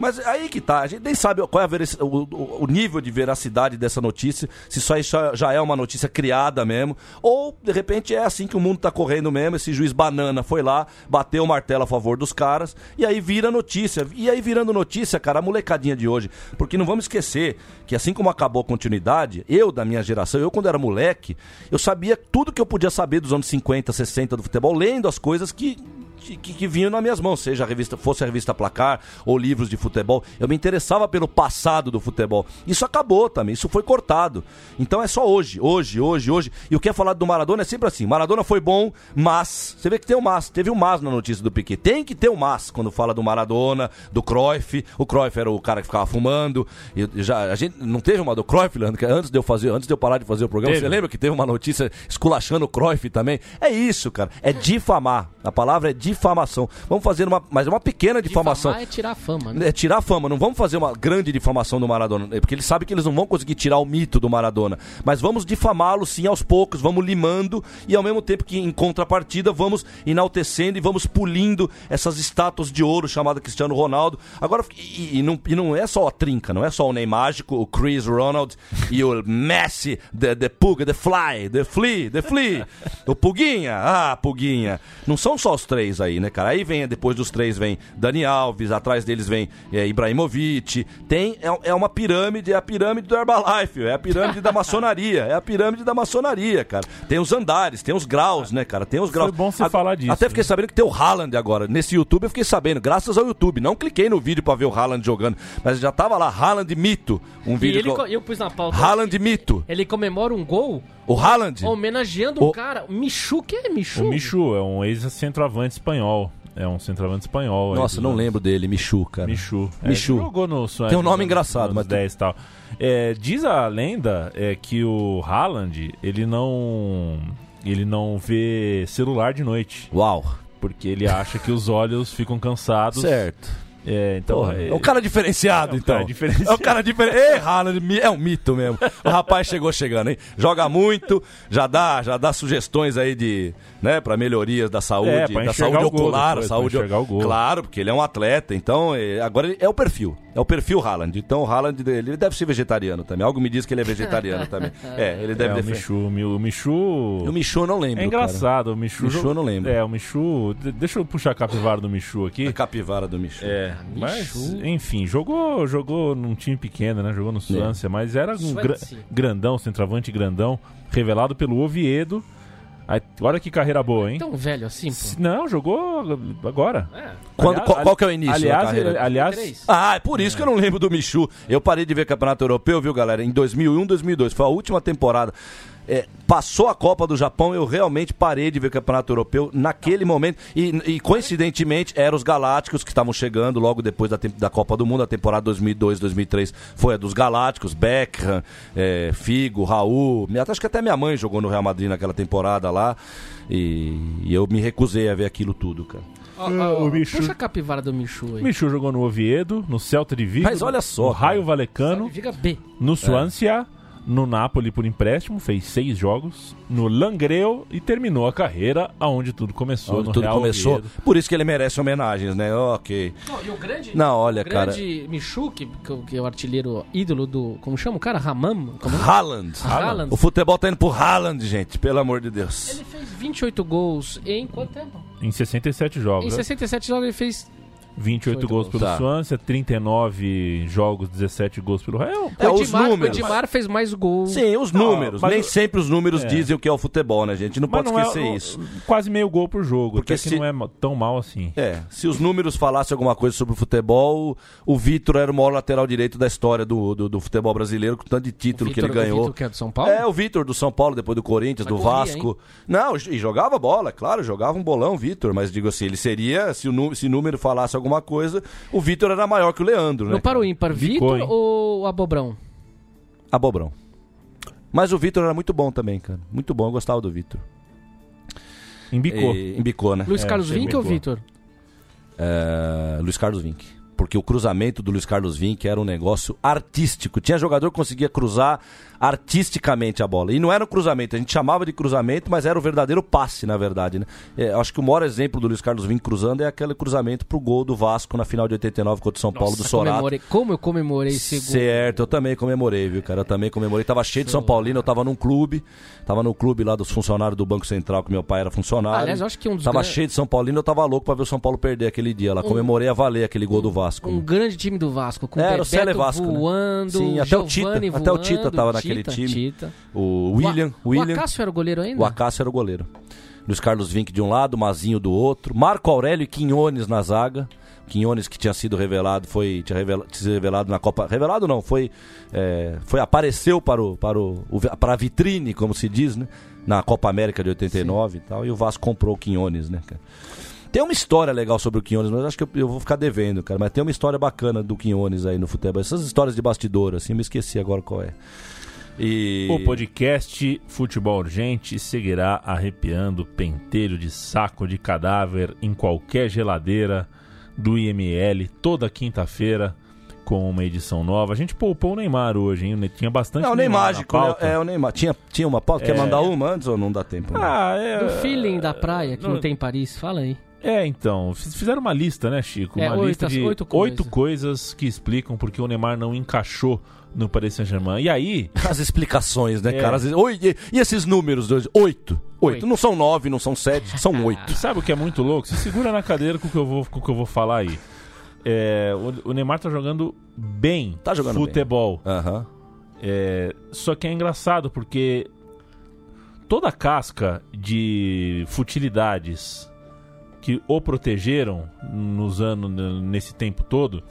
S2: Mas aí que tá, a gente nem sabe qual é a veraci- o, o- o nível de veracidade dessa notícia, se isso aí já já é uma notícia criada mesmo, ou de repente é assim que o mundo tá correndo mesmo, esse juiz banana foi lá, bateu o martelo a favor dos caras, e aí vira notícia. E aí virando notícia, cara, a molecadinha de hoje, porque não vamos esquecer que assim como acabou a continuidade, eu da minha geração, eu quando era moleque, eu sabia tudo que eu podia saber dos anos 50, 60 do futebol, lendo as coisas que que, que- que vinham nas minhas mãos, seja a revista, fosse a revista Placar ou livros de futebol. Eu me interessava pelo passado do futebol. Isso acabou também, isso foi cortado. Então é só hoje, hoje, hoje, hoje. E o que é falado do Maradona é sempre assim: Maradona foi bom, mas. Você vê que tem o mas, teve o mas na notícia do Piquet. Tem que ter o mas quando fala do Maradona, do Cruyff. O Cruyff era o cara que ficava fumando. Eu- eu já, a gente não teve uma do Cruyff, Leandro, que é antes de eu fazer, antes de eu parar de fazer o programa,
S3: Teve.
S2: você lembra que teve uma notícia esculachando o Cruyff também? É isso, cara. É difamar. A palavra é difamar difamação. Vamos fazer uma, mas é uma pequena difamação.
S4: Difamar é tirar a fama, né?
S2: É, tirar a fama, não vamos fazer uma grande difamação do Maradona, é, porque eles sabem que eles não vão conseguir tirar o mito do Maradona, mas vamos difamá-lo sim aos poucos, vamos limando e ao mesmo tempo que em contrapartida vamos enaltecendo e vamos pulindo essas estátuas de ouro chamada Cristiano Ronaldo. Agora, e, e não, e não é só a trinca, não é só o Neymar, o Chris Ronald e o Messi, the, the Pug, the Fly, the Flea, the Flea, o Puguinha, ah, Puguinha. Não são só os três aí, né, cara? Aí vem, depois dos três vem Dani Alves, atrás deles vem é, Ibrahimovic, tem, é, é uma pirâmide, é a pirâmide do Herbalife, é a pirâmide da maçonaria, é a pirâmide da maçonaria, cara. Tem os andares, tem os graus, né, cara? Tem os graus.
S3: Foi bom você
S2: A-
S3: falar disso, né?
S2: Até fiquei sabendo que tem o Haaland agora. Nesse YouTube eu fiquei sabendo, graças ao YouTube. Não cliquei no vídeo pra ver o Haaland jogando, mas já tava lá, Haaland mito, um
S4: E
S2: vídeo...
S4: ele,
S2: que eu-
S4: co- eu pus na pauta.
S2: Haaland mito.
S4: Ele comemora um gol
S2: O Haaland?
S4: homenageando um
S2: O-
S4: cara. Michu, que é Michu?
S3: O Michu é um ex-centroavante espanhol. É um centroavante espanhol. É
S2: Nossa, não lembro dele, Michu, cara.
S3: Michu. É,
S2: Michu.
S3: ele Jogou no
S2: Tem um nome engraçado,
S3: mas
S2: mas
S3: 10 e tal. É, diz a lenda é, que o Haaland, ele não ele não vê celular de noite.
S2: Uau.
S3: Porque ele um acha que os olhos ficam cansados.
S2: Certo.
S3: É, então
S2: Porra, é um cara diferenciado,
S3: É um
S2: então.
S3: cara diferenciado.
S2: É um cara diferenciado. Ei, Haaland, mi- é um mito mesmo. O rapaz chegou chegando, hein? Joga muito, já dá, já dá sugestões aí de, né, para melhorias da saúde,
S3: É, pra
S2: da
S3: enxergar
S2: saúde
S3: o gol
S2: ocular,
S3: depois, pra
S2: saúde.
S3: enxergar o gol.
S2: Claro, porque ele é um atleta, então é, agora ele- é o perfil. É o perfil Haaland. Então o Haaland ele deve ser vegetariano também. Algo me diz que ele é vegetariano também. É, ele deve
S3: É, o
S2: defender.
S3: Michu, o Mi- o Michu.
S2: O Michu eu não lembro,
S3: É engraçado,
S2: cara.
S3: o Michu.
S2: Michu eu não lembro.
S3: É, o Michu. de- Deixa eu puxar a capivara do Michu aqui. A
S2: capivara do Michu.
S3: É,
S2: Michu.
S3: mas, enfim, jogou, jogou num time pequeno, né? Jogou no Suância, mas era um gra-
S4: Suécia.
S3: grandão, centroavante grandão, revelado pelo Oviedo. Aí, olha que carreira boa, hein?
S4: Tão velho assim, pô.
S3: Não, jogou agora.
S2: Quando-
S3: Aliás,
S2: qual, qual que é o início
S3: aliás,
S2: da carreira?
S3: ele- aliás,
S2: Ah, é por isso que eu não lembro do Michu. Eu parei de ver Campeonato Europeu, viu, galera? Em 2001, 2002. Foi a última temporada. É, passou a Copa do Japão, eu realmente parei de ver Campeonato Europeu naquele momento. E, e, coincidentemente, eram os Galácticos que estavam chegando logo depois da, tem- da Copa do Mundo. A temporada 2002, 2003 foi a dos Galácticos. Beckham, é, Figo, Raul. Minha- Acho que até minha mãe jogou no Real Madrid naquela temporada lá. E, e eu me recusei a ver aquilo tudo, cara.
S4: Ó, ó, ó,
S3: o Michu-
S4: Puxa a capivara do Michu aí.
S3: Michu jogou no Oviedo, no Celta de Vigo,
S2: Mas olha só, É.
S3: no Raio Valecano.
S4: Fica B.
S3: No Swansea, no Napoli por empréstimo, fez seis jogos. No Langreo e terminou a carreira aonde tudo começou.
S2: Onde
S3: no
S2: tudo
S3: Real
S2: começou.
S3: Oviedo.
S2: Por isso que ele merece homenagens, né? Ok.
S4: Não, e o grande.
S2: Não, olha,
S4: o grande Michu, que, que é o- que é o artilheiro ídolo do. Como chama o cara? Ramam? Como é?
S2: Haaland.
S4: Haaland.
S2: O futebol tá indo pro Haaland, gente. Pelo amor de Deus.
S4: Ele fez 28 gols em quanto tempo?
S3: Em 67
S4: Em
S3: jogos. né?
S4: 67 jogos ele fez
S3: 28 gols pelo é
S2: Tá.
S3: Swansea, 39 jogos, 17 gols pelo Real.
S2: É,
S4: o
S2: os
S4: Edmar,
S2: números.
S4: O Edmar fez mais gols.
S2: Sim, né, os números.
S3: mas
S2: Nem
S3: eu-
S2: sempre os números
S3: É.
S2: dizem o que é o futebol, né, gente? Não
S3: Mas
S2: pode
S3: não é
S2: esquecer
S3: o-
S2: isso.
S3: Quase meio gol por jogo,
S2: Porque
S3: até que
S2: se-
S3: não é ma- tão mal assim.
S2: É, se os números falassem alguma coisa sobre o futebol, o Vitor era o maior lateral direito da história do, do, do futebol brasileiro, com tanto de título que
S4: Vitor-
S2: ele ganhou.
S4: O Vitor, que é do São Paulo?
S2: É, o Vitor do São Paulo, depois do Corinthians,
S4: Mas
S2: do
S4: corria,
S2: Vasco. Não, e jogava bola, claro, jogava um bolão, Vitor. Mas digo assim, ele seria, se o nu- se o número falasse alguma coisa, o Vitor era maior que o Leandro, né?
S4: No para o ímpar,
S3: Bicou,
S4: Vitor
S3: hein?
S4: ou Abobrão?
S2: Abobrão. Mas o Vitor era muito bom também, cara. Muito bom, eu gostava do Vitor.
S3: Embicou.
S2: E- Embicou, né?
S4: Luiz
S3: É,
S4: Carlos
S3: achei
S4: Vinck ou
S3: bicou.
S4: Vitor?
S2: É, Luiz Carlos Vinck. Porque o cruzamento do Luiz Carlos Vinck era um negócio artístico. Tinha jogador que conseguia cruzar artisticamente a bola. E não era um cruzamento, a gente chamava de cruzamento, mas era o verdadeiro passe, na verdade. Né? É, acho que o maior exemplo do Luiz Carlos Vinck cruzando é aquele cruzamento pro gol do Vasco na final de 89 contra o São Paulo do Sorato.
S4: Comemorei- Como eu comemorei esse gol?
S2: Certo, eu também comemorei, viu, cara? Eu também comemorei. Tava cheio de São Paulino, eu tava num clube. Tava no clube lá dos funcionários do Banco Central, que meu pai era funcionário.
S4: Aliás, eu acho que um dos
S2: Tava
S4: gran-
S2: cheio de São Paulino, eu tava louco pra ver o São Paulo perder aquele dia lá. Comemorei a valer aquele gol do Vasco. né?
S4: Um grande time do Vasco, com
S2: Era É, o
S4: Bebeto
S2: Cele Vasco, né?
S4: voando,
S2: Sim, até o Tita,
S4: Giovani
S2: até o
S4: voando,
S2: Tita tava naquele time.
S4: Tita.
S2: O William,
S4: o,
S2: William.
S4: O Acácio era o goleiro ainda?
S2: O Acácio era o goleiro. Luiz Carlos Vinck de um lado, Mazinho do outro. Marco Aurélio e Quinhones na zaga. Quinhones que tinha sido revelado, foi tinha revela- tinha sido revelado na Copa. Revelado não, foi. é, foi apareceu para, o, para, o, o- para a vitrine, como se diz, né? Na Copa América de 89 e tal. E o Vasco comprou o Quinhones, né, cara? Tem uma história legal sobre o Quinhones, mas acho que eu, eu vou ficar devendo, cara. Mas tem uma história bacana do Quinhones aí no futebol. Essas histórias de bastidor, assim, eu me esqueci agora qual é. E...
S3: O podcast Futebol Urgente seguirá arrepiando pentelho de saco de cadáver em qualquer geladeira do IML toda quinta-feira com uma edição nova. A gente poupou o Neymar hoje, hein? Tinha bastante
S2: É o Neymar,
S3: Neymar na
S2: mágico, né?
S3: pauta.
S2: É o Neymar. Tinha, tinha uma pauta. Quer
S3: É.
S2: mandar uma antes ou não dá tempo? né?
S3: Ah, é...
S4: Do feeling da praia que não,
S3: não-
S4: tem em Paris, fala aí.
S3: É, então, fiz- fizeram uma lista, né, Chico?
S4: É,
S3: uma
S4: oito-
S3: lista de
S4: oito
S3: coisas que explicam porque o Neymar não encaixou no Paris Saint-Germain. E aí...
S2: As explicações, né,
S3: Ah. É.
S2: cara? Às vezes, oi, e, e esses números? dois? Oito. Oito.
S3: Oito.
S2: Não são nove, não são sete, são oito.
S3: E sabe o que é muito louco? Se segura na cadeira com o que eu vou, com o que eu vou falar aí. É, o, o Neymar tá jogando bem
S2: Tá jogando bem.
S3: futebol.
S2: Aham.
S3: É, só que é engraçado porque toda a casca de futilidades que o protegeram nos anos n- nesse tempo todo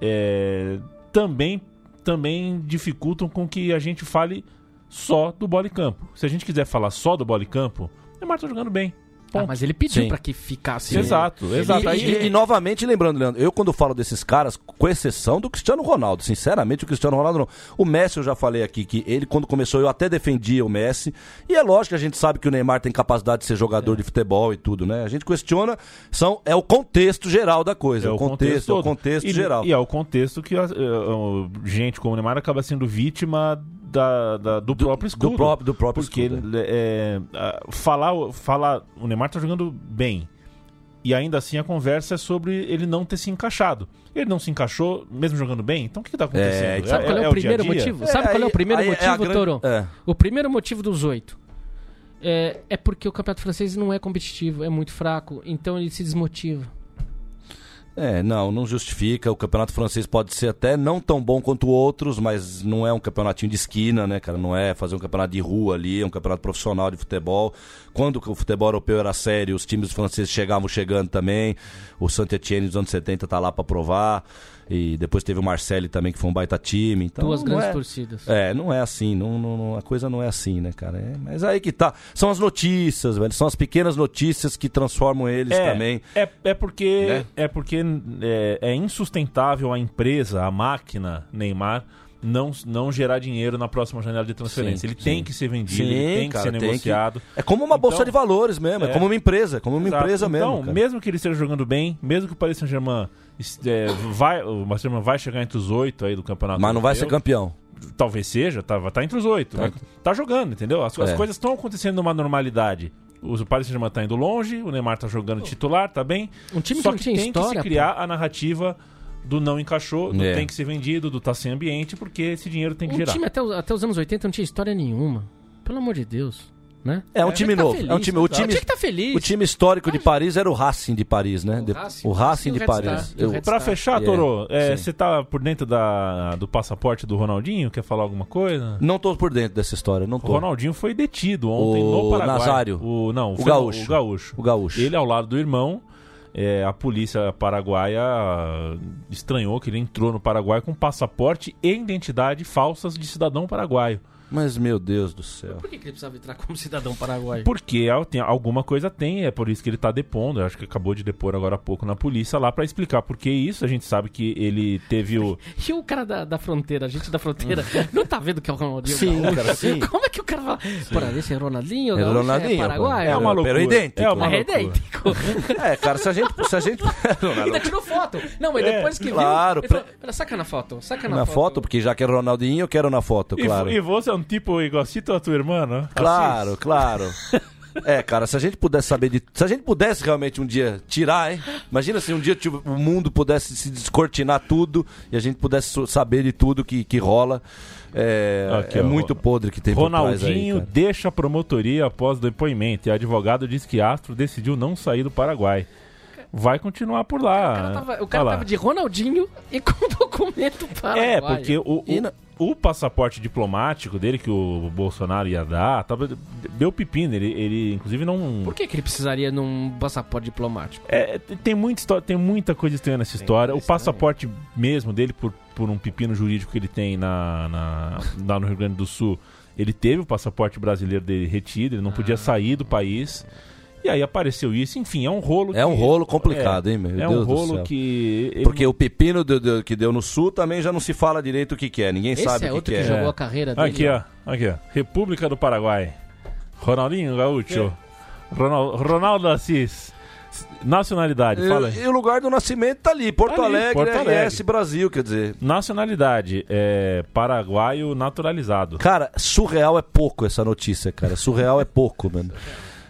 S3: é, também também dificultam com que a gente fale só do bola e campo. Se a gente quiser falar só do bola e campo, o Neymar tá jogando bem.
S4: Ah,
S3: Ponto.
S4: mas ele pediu
S2: Sim.
S4: pra que ficasse.
S3: Exato, exato.
S2: E,
S3: Aí- é.
S2: e- e novamente lembrando, Leandro, eu quando falo desses caras, com exceção do Cristiano Ronaldo, sinceramente o Cristiano Ronaldo não. O Messi eu já falei aqui que ele quando começou eu até defendia o Messi. E é lógico que a gente sabe que o Neymar tem capacidade de ser
S3: É.
S2: jogador de futebol e tudo, né? A gente questiona, são é o contexto geral da coisa, é o contexto, é o
S3: todo.
S2: contexto
S3: e,
S2: geral.
S3: E é o contexto que a, eh, eh, gente como o Neymar acaba sendo vítima da, da- do, próprio escudo.
S2: do próprio- do próprio
S3: Porque,
S2: escudo,
S3: eh, ah, falar, o- falar... O Neymar tá jogando bem. E ainda assim a conversa é sobre ele não ter se encaixado. Ele não se encaixou, mesmo jogando bem? Então o que, que tá acontecendo?
S4: Sabe qual é, o
S3: dia a
S4: primeiro
S3: dia?
S4: motivo? Sabe
S2: É,
S4: qual é o
S2: aí-
S4: primeiro
S2: aí é a
S4: motivo,
S2: grande-
S4: Toro?
S2: é.
S4: O primeiro motivo dos oito é, é porque o campeonato francês não é competitivo, é muito fraco, então ele se desmotiva.
S2: É, não, não justifica. O campeonato francês pode ser até não tão bom quanto outros, mas não é um campeonatinho de esquina, né, cara? Não é fazer um campeonato de rua ali, é um campeonato profissional de futebol. Quando o futebol europeu era sério, os times franceses chegavam chegando também. O Saint-Etienne dos anos 70 tá lá pra provar. E depois teve o Marseille também, que foi um baita time. Então,
S4: Duas
S2: não
S4: grandes
S2: é-
S4: torcidas.
S2: é, não é assim, não, não- não- a coisa não é assim, né, cara? É, mas aí que tá. São as notícias, velho. São as pequenas notícias que transformam eles
S3: É,
S2: também.
S3: É, é porque,
S2: Né?
S3: é, porque é, é insustentável a empresa, a máquina Neymar, não, não gerar dinheiro na próxima janela de transferência.
S2: Sim,
S3: ele tem
S2: sim.
S3: que ser vendido, ele tem
S2: cara,
S3: que ser negociado.
S2: É como uma bolsa
S3: Então-
S2: de valores mesmo, é,
S3: É.
S2: como uma empresa, como uma
S3: Exato.
S2: empresa mesmo.
S3: Então,
S2: cara.
S3: mesmo que ele esteja jogando bem, mesmo que o Paris Saint-Germain es- é, vai, o Paris Saint-Germain vai chegar entre os oito aí do campeonato.
S2: Mas não vai ser
S3: europeu,
S2: campeão.
S3: Talvez seja, tá, tá entre os oito. Tá. tá jogando, entendeu? As, as
S2: É.
S3: coisas estão acontecendo numa normalidade. O Paris Saint-Germain tá indo longe, o Neymar tá jogando titular, tá bem.
S4: Um time
S3: Só
S4: que não
S3: que
S4: tinha
S3: tem que
S4: história,
S3: se criar a narrativa do não encaixou, do
S2: É.
S3: tem que ser vendido, do tá sem ambiente, porque esse dinheiro tem que
S4: Um
S3: girar.
S4: time até, os- até os anos 80 não tinha história nenhuma. Pelo amor de Deus. Né?
S2: É um
S4: Tinha
S2: time
S4: que tá
S2: novo,
S4: feliz,
S2: é um time- o
S4: cara.
S2: time-
S4: Tinha que tá feliz.
S2: O time histórico de Paris era o Racing de Paris, né? De-
S4: Racing,
S2: o Racing
S4: e o
S2: de
S4: Red
S2: Paris.
S4: Star, e o Red
S3: Pra
S4: Star.
S3: fechar,
S2: É,
S3: Toro, é,
S2: sim.
S3: você tá por dentro da, do passaporte do Ronaldinho? Quer falar alguma coisa?
S2: Não tô por dentro dessa história, não tô.
S3: O Ronaldinho foi detido ontem
S2: O
S3: no Paraguai.
S2: Nazário.
S3: O, não,
S2: O
S3: foi
S2: Gaúcho.
S3: O Gaúcho.
S2: O Gaúcho.
S3: Ele ao lado do irmão. é, a polícia paraguaia estranhou que ele entrou no Paraguai com passaporte e identidade falsas de cidadão paraguaio.
S2: Mas meu Deus do céu.
S4: Por que, que ele precisava entrar como cidadão paraguaio?
S3: Porque al- tem- alguma coisa tem, é por isso que ele tá depondo. eu acho que acabou de depor agora há pouco na polícia lá pra explicar por que isso. A gente sabe que ele teve o.
S4: E o um cara da, da fronteira, a gente da fronteira, não tá vendo que é o Ronaldinho
S2: Sim,
S4: Gaúcho?
S2: cara, sim.
S4: Como é que o cara fala? Porra, esse é Ronaldinho,
S2: É
S4: Gaúcho,
S2: Ronaldinho,
S4: é Paraguai.
S2: pô. É uma loucura. Pero idêntico.
S3: É uma
S4: É
S3: loucura.
S4: idêntico.
S2: É, cara, se a gente. Se a gente
S4: Ainda tirou foto. Não, mas depois que
S2: claro,
S4: viu... ele
S2: pra-
S4: falou, "Pera, saca na foto, saca na,
S2: na foto, porque já quero Ronaldinho, eu quero na foto,
S3: E,
S2: claro.
S3: vo- e você é um tipo igualcito a tua irmã, né?
S2: Claro, claro. É, cara, se a gente pudesse saber de. Se a gente pudesse realmente um dia tirar, hein? Imagina se um dia tipo, o mundo pudesse se descortinar tudo e a gente pudesse so- saber de tudo que, que rola. É,
S3: Aqui,
S2: é
S3: ó,
S2: muito
S3: Ro-
S2: podre que tem por trás aí,
S3: Ronaldinho
S2: cara.
S3: deixa a promotoria após depoimento e advogado diz que Astro decidiu não sair do Paraguai. Vai continuar por lá.
S4: O cara tava, o cara
S3: Ah, Olha lá.
S4: tava de Ronaldinho e com documento paraguaio.
S3: É, porque o,
S2: E
S3: o-
S2: na-
S3: o passaporte diplomático dele que o Bolsonaro ia dar, tava, deu pepino. Ele, ele, inclusive, não.
S4: Por que, que ele precisaria num passaporte diplomático?
S3: É, tem- tem, muita histó- tem muita coisa estranha nessa história. O passaporte mesmo dele, por, por um pepino jurídico que ele tem na, na- lá no Rio Ah, é. Grande do Sul, ele teve o passaporte brasileiro dele retido, ele não podia sair do país. E aí apareceu isso, enfim, é um rolo.
S2: É um
S3: que-
S2: rolo complicado,
S3: é,
S2: hein, meu
S3: É
S2: Deus
S3: um
S2: do
S3: rolo
S2: céu.
S3: que. ele-
S2: Porque o pepino do- do- que deu no Sul também já não se fala direito o que, que é. Ninguém
S3: Esse
S2: sabe
S3: é
S2: o que,
S3: outro
S2: que
S3: que
S2: é.
S3: jogou a
S4: carreira
S3: Aqui, ó. Aqui, ó. República do Paraguai. Ronaldinho Gaúcho. Ronal- Ronaldo Assis. Nacionalidade, fala aí.
S2: E, e o lugar do nascimento tá ali, Porto
S3: Tá ali,
S2: Alegre,
S3: Porto Alegre.
S2: RS Brasil, quer dizer.
S3: Nacionalidade, é paraguaio naturalizado.
S2: Cara, surreal é pouco essa notícia, cara. Surreal é pouco, mano.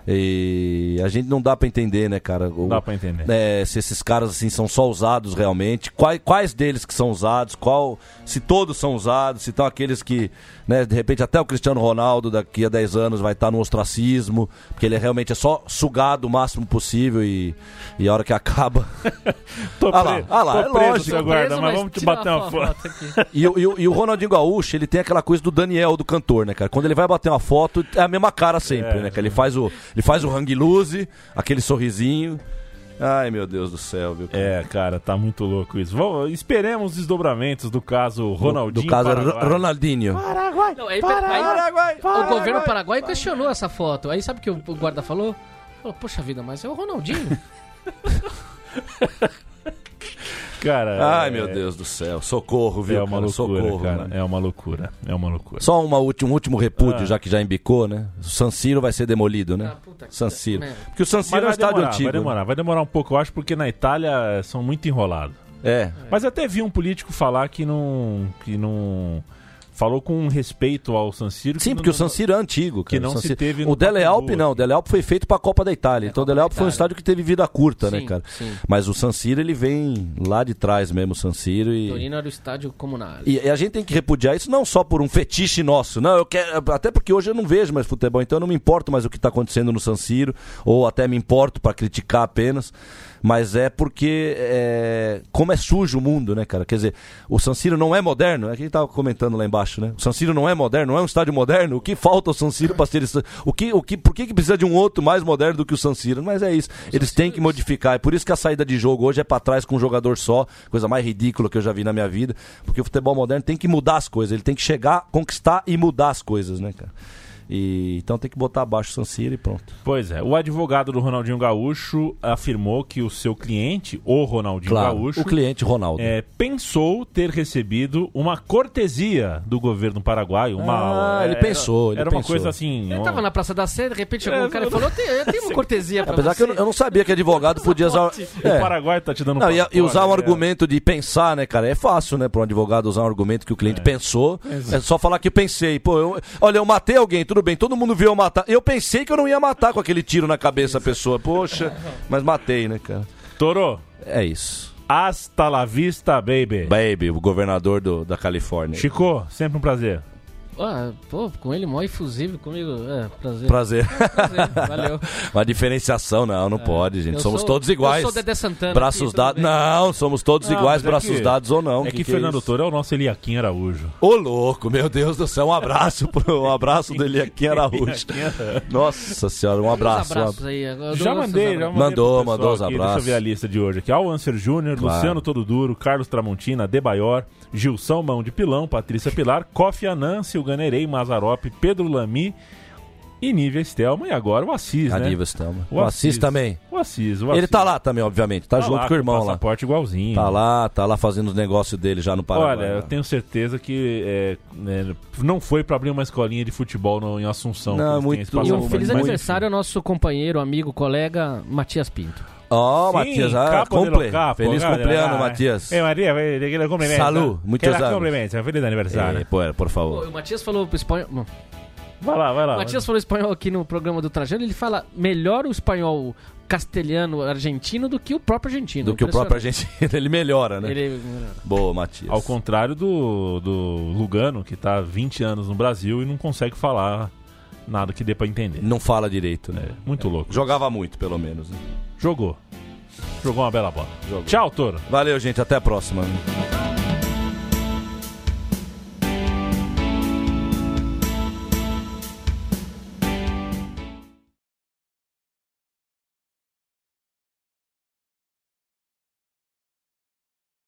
S2: E a gente não dá pra entender, né, cara? Não
S3: dá pra entender.
S2: se esses caras assim são só usados realmente, quais, quais deles que são usados, qual se todos são usados, se estão aqueles que, né, de repente até o Cristiano Ronaldo daqui a 10 anos vai estar no ostracismo, porque ele é realmente é só sugado o máximo possível e, e a hora que acaba.
S3: Tô
S2: ah lá,
S3: preso,
S2: ah lá,
S3: tô
S2: é
S3: preso,
S2: lógico.
S3: seu guarda, mas vamos te bater uma foto.
S2: E, o- e o- e o Ronaldinho Gaúcho, ele tem aquela coisa do Daniel, do cantor, né, cara? Quando ele vai bater uma foto, é a mesma cara sempre, né? cara? Ele faz o, ele faz o hang loose, aquele sorrisinho. Ai, meu Deus do céu, viu?
S3: É, cara, tá muito louco isso. Vamos, esperemos os desdobramentos do caso
S2: Do
S3: Ronaldinho.
S2: caso é Ro-
S3: Paraguai.
S2: Ronaldinho.
S4: Paraguai! Não, aí, pera- aí- o governo paraguai questionou essa foto. Aí sabe o que o o guarda falou? Falou, poxa vida, mas é o Ronaldinho.
S3: Cara,
S2: Ai,
S3: é-
S2: meu Deus do céu. Socorro, viu?
S3: É uma
S2: cara?
S3: loucura,
S2: Socorro,
S3: cara.
S2: mano.
S3: É uma loucura. É uma loucura.
S2: Só uma ulti- um último repúdio,
S3: Ah.
S2: já que já embicou, né? O San Siro vai ser demolido, né? San Siro. Porque o San Siro é um
S3: Mas vai
S2: estádio
S3: demorar,
S2: antigo.
S3: Vai demorar, vai demorar um pouco, eu acho, porque na Itália são muito enrolados.
S2: É.
S3: Mas até vi um político falar que não. que não. Falou com respeito ao San Siro. que
S2: Sim,
S3: não-
S2: porque o
S3: não-
S2: San Siro é antigo, cara.
S3: que não
S2: San
S3: se
S2: Siro-
S3: teve no
S2: O Dele
S3: Pacaembu, É,
S2: Alpe não, o Dele Alpe foi feito pra Copa da Itália. então o Dele Alpe foi um estádio que teve vida curta, né,
S4: Sim,
S2: cara?
S4: sim.
S2: Mas o San Siro ele vem lá de trás mesmo, o San Siro e
S4: Torino era o estádio comunal.
S2: e, e a gente tem que repudiar isso não só por um fetiche nosso, não, eu quero, até porque hoje eu não vejo mais futebol, então eu não me importo mais o que está acontecendo no San Siro, ou até me importo para criticar apenas, mas é porque é, como é sujo o mundo, né, cara? Quer dizer, o San Siro não é moderno, é que ele tava comentando lá embaixo, né? O San Siro não é moderno, não é um estádio moderno. O que falta ao San Siro para ser esse- o que, o que, por que, que precisa de um outro mais moderno do que o San Siro? Mas é isso, eles têm que modificar. É por isso que a saída de jogo hoje é para trás com um jogador só, coisa mais ridícula que eu já vi na minha vida, porque o futebol moderno tem que mudar as coisas, ele tem que chegar, conquistar e mudar as coisas, né, cara? E, então tem que botar abaixo o San Siro e pronto.
S3: Pois é, o advogado do Ronaldinho Gaúcho afirmou que o seu cliente, o Ronaldinho
S2: Claro,
S3: Gaúcho,
S2: o cliente Ronaldo.
S3: é, pensou ter recebido uma cortesia do governo paraguaio. Uma,
S2: Ah, ele
S3: era-
S2: pensou, ele
S3: Era uma
S2: pensou.
S3: coisa assim.
S4: Ele
S3: uma-
S4: tava na Praça da Sé, de
S3: É,
S4: repente chegou um cara e falou: "Eu tenho- eu tenho uma cortesia pra
S2: Apesar que
S4: você.
S2: eu, não- eu não sabia que advogado podia usar.
S3: O Paraguai tá te dando
S2: É. Não, e, e usar um
S3: passaporte, é.
S2: argumento de pensar, né, cara? É fácil, né, para um advogado usar um argumento que o cliente pensou.
S3: Exato.
S2: É só falar que eu pensei. Pô, eu- olha, eu matei alguém, tudo bem, todo mundo viu eu matar. Eu pensei que eu não ia matar com aquele tiro na cabeça a pessoa. Poxa, mas matei, né, cara?
S3: Toro,
S2: É isso.
S3: hasta la vista, baby.
S2: Baby, o governador do- da Califórnia.
S3: Chico, sempre um prazer.
S4: Ah, pô, com ele mó efusivo, comigo. É, prazer.
S2: Prazer.
S4: Prazer, valeu.
S2: Uma diferenciação, não, não pode, gente.
S4: Eu
S2: somos
S4: sou-
S2: todos iguais.
S4: eu sou Dedé Santana aqui,
S2: Braços
S4: tudo
S2: dados.
S4: bem.
S2: Não, somos todos
S3: Não,
S2: iguais,
S3: mas é
S2: braços
S3: que-
S2: dados ou não.
S3: É que,
S2: que
S3: Fernando
S2: isso?
S3: Toro é o nosso Eliaquim Araújo.
S2: Ô louco, meu Deus do céu, um abraço pro um abraço do Eliakim Araújo. Nossa senhora, um abraço.
S4: Os abraços aí. eu dou
S3: Já
S4: os
S3: mandei,
S4: abraços.
S3: já mandei.
S2: Mandou,
S3: pro pessoal
S2: mandou os
S3: aqui.
S2: abraços.
S3: Deixa eu ver a lista de hoje aqui. Alvancer Júnior,
S2: Claro.
S3: Luciano Todo Duro, Carlos Tramontina, Debaior, Gilson Mão de Pilão, Patrícia Pilar, Kofi Annan, Silganerei, Mazarope, Pedro Lamy e Nívia Estelma. E agora o Assis, né?
S2: Aníbal Stelma. O Assis também.
S3: O Assis, o
S2: Ele
S3: Assis.
S2: tá lá também, obviamente. Tá,
S3: Tá
S2: junto
S3: lá,
S2: com o irmão lá.
S3: passaporte igualzinho.
S2: Tá lá, tá lá fazendo os negócios dele já no Paraguai. né?
S3: Olha, eu
S2: lá.
S3: tenho certeza que é, né, não foi pra abrir uma escolinha de futebol no- em Assunção.
S2: Não,
S3: que eles têm
S2: muito-
S3: esse
S4: E um
S3: passaporte,
S4: feliz
S3: mas-
S4: aniversário ao nosso companheiro, amigo, colega Matias Pinto.
S2: Ó,
S3: Sim,
S2: Matias, ah,
S3: capo dello
S2: cumple.
S3: capo,
S2: Feliz
S3: cara,
S2: cumpleano,
S3: ah,
S2: Matias.
S3: Eh, Maria, eh, que la complimenta.
S2: Salud, muchos
S3: Que la
S2: años.
S3: complimenta, feliz aniversário.
S2: Eh, pô, por favor.
S4: Pô, o Matias falou pro espanhol.
S3: Vai lá, vai lá.
S4: O Matias falou espanhol aqui no programa do Trajano. Ele fala melhor o espanhol castelhano argentino do que o próprio argentino.
S2: Do que o próprio argentino, ele melhora, né?
S4: Ele-
S2: Boa, Matias.
S3: Ao contrário do, do Lugano, que tá 20 anos no Brasil e não consegue falar nada que dê pra entender.
S2: Não fala direito, né?
S3: muito louco.
S2: Jogava muito, pelo menos. né?
S3: Jogou. Jogou uma bela bola. Tchau, Toro.
S2: Valeu, gente. Até a próxima.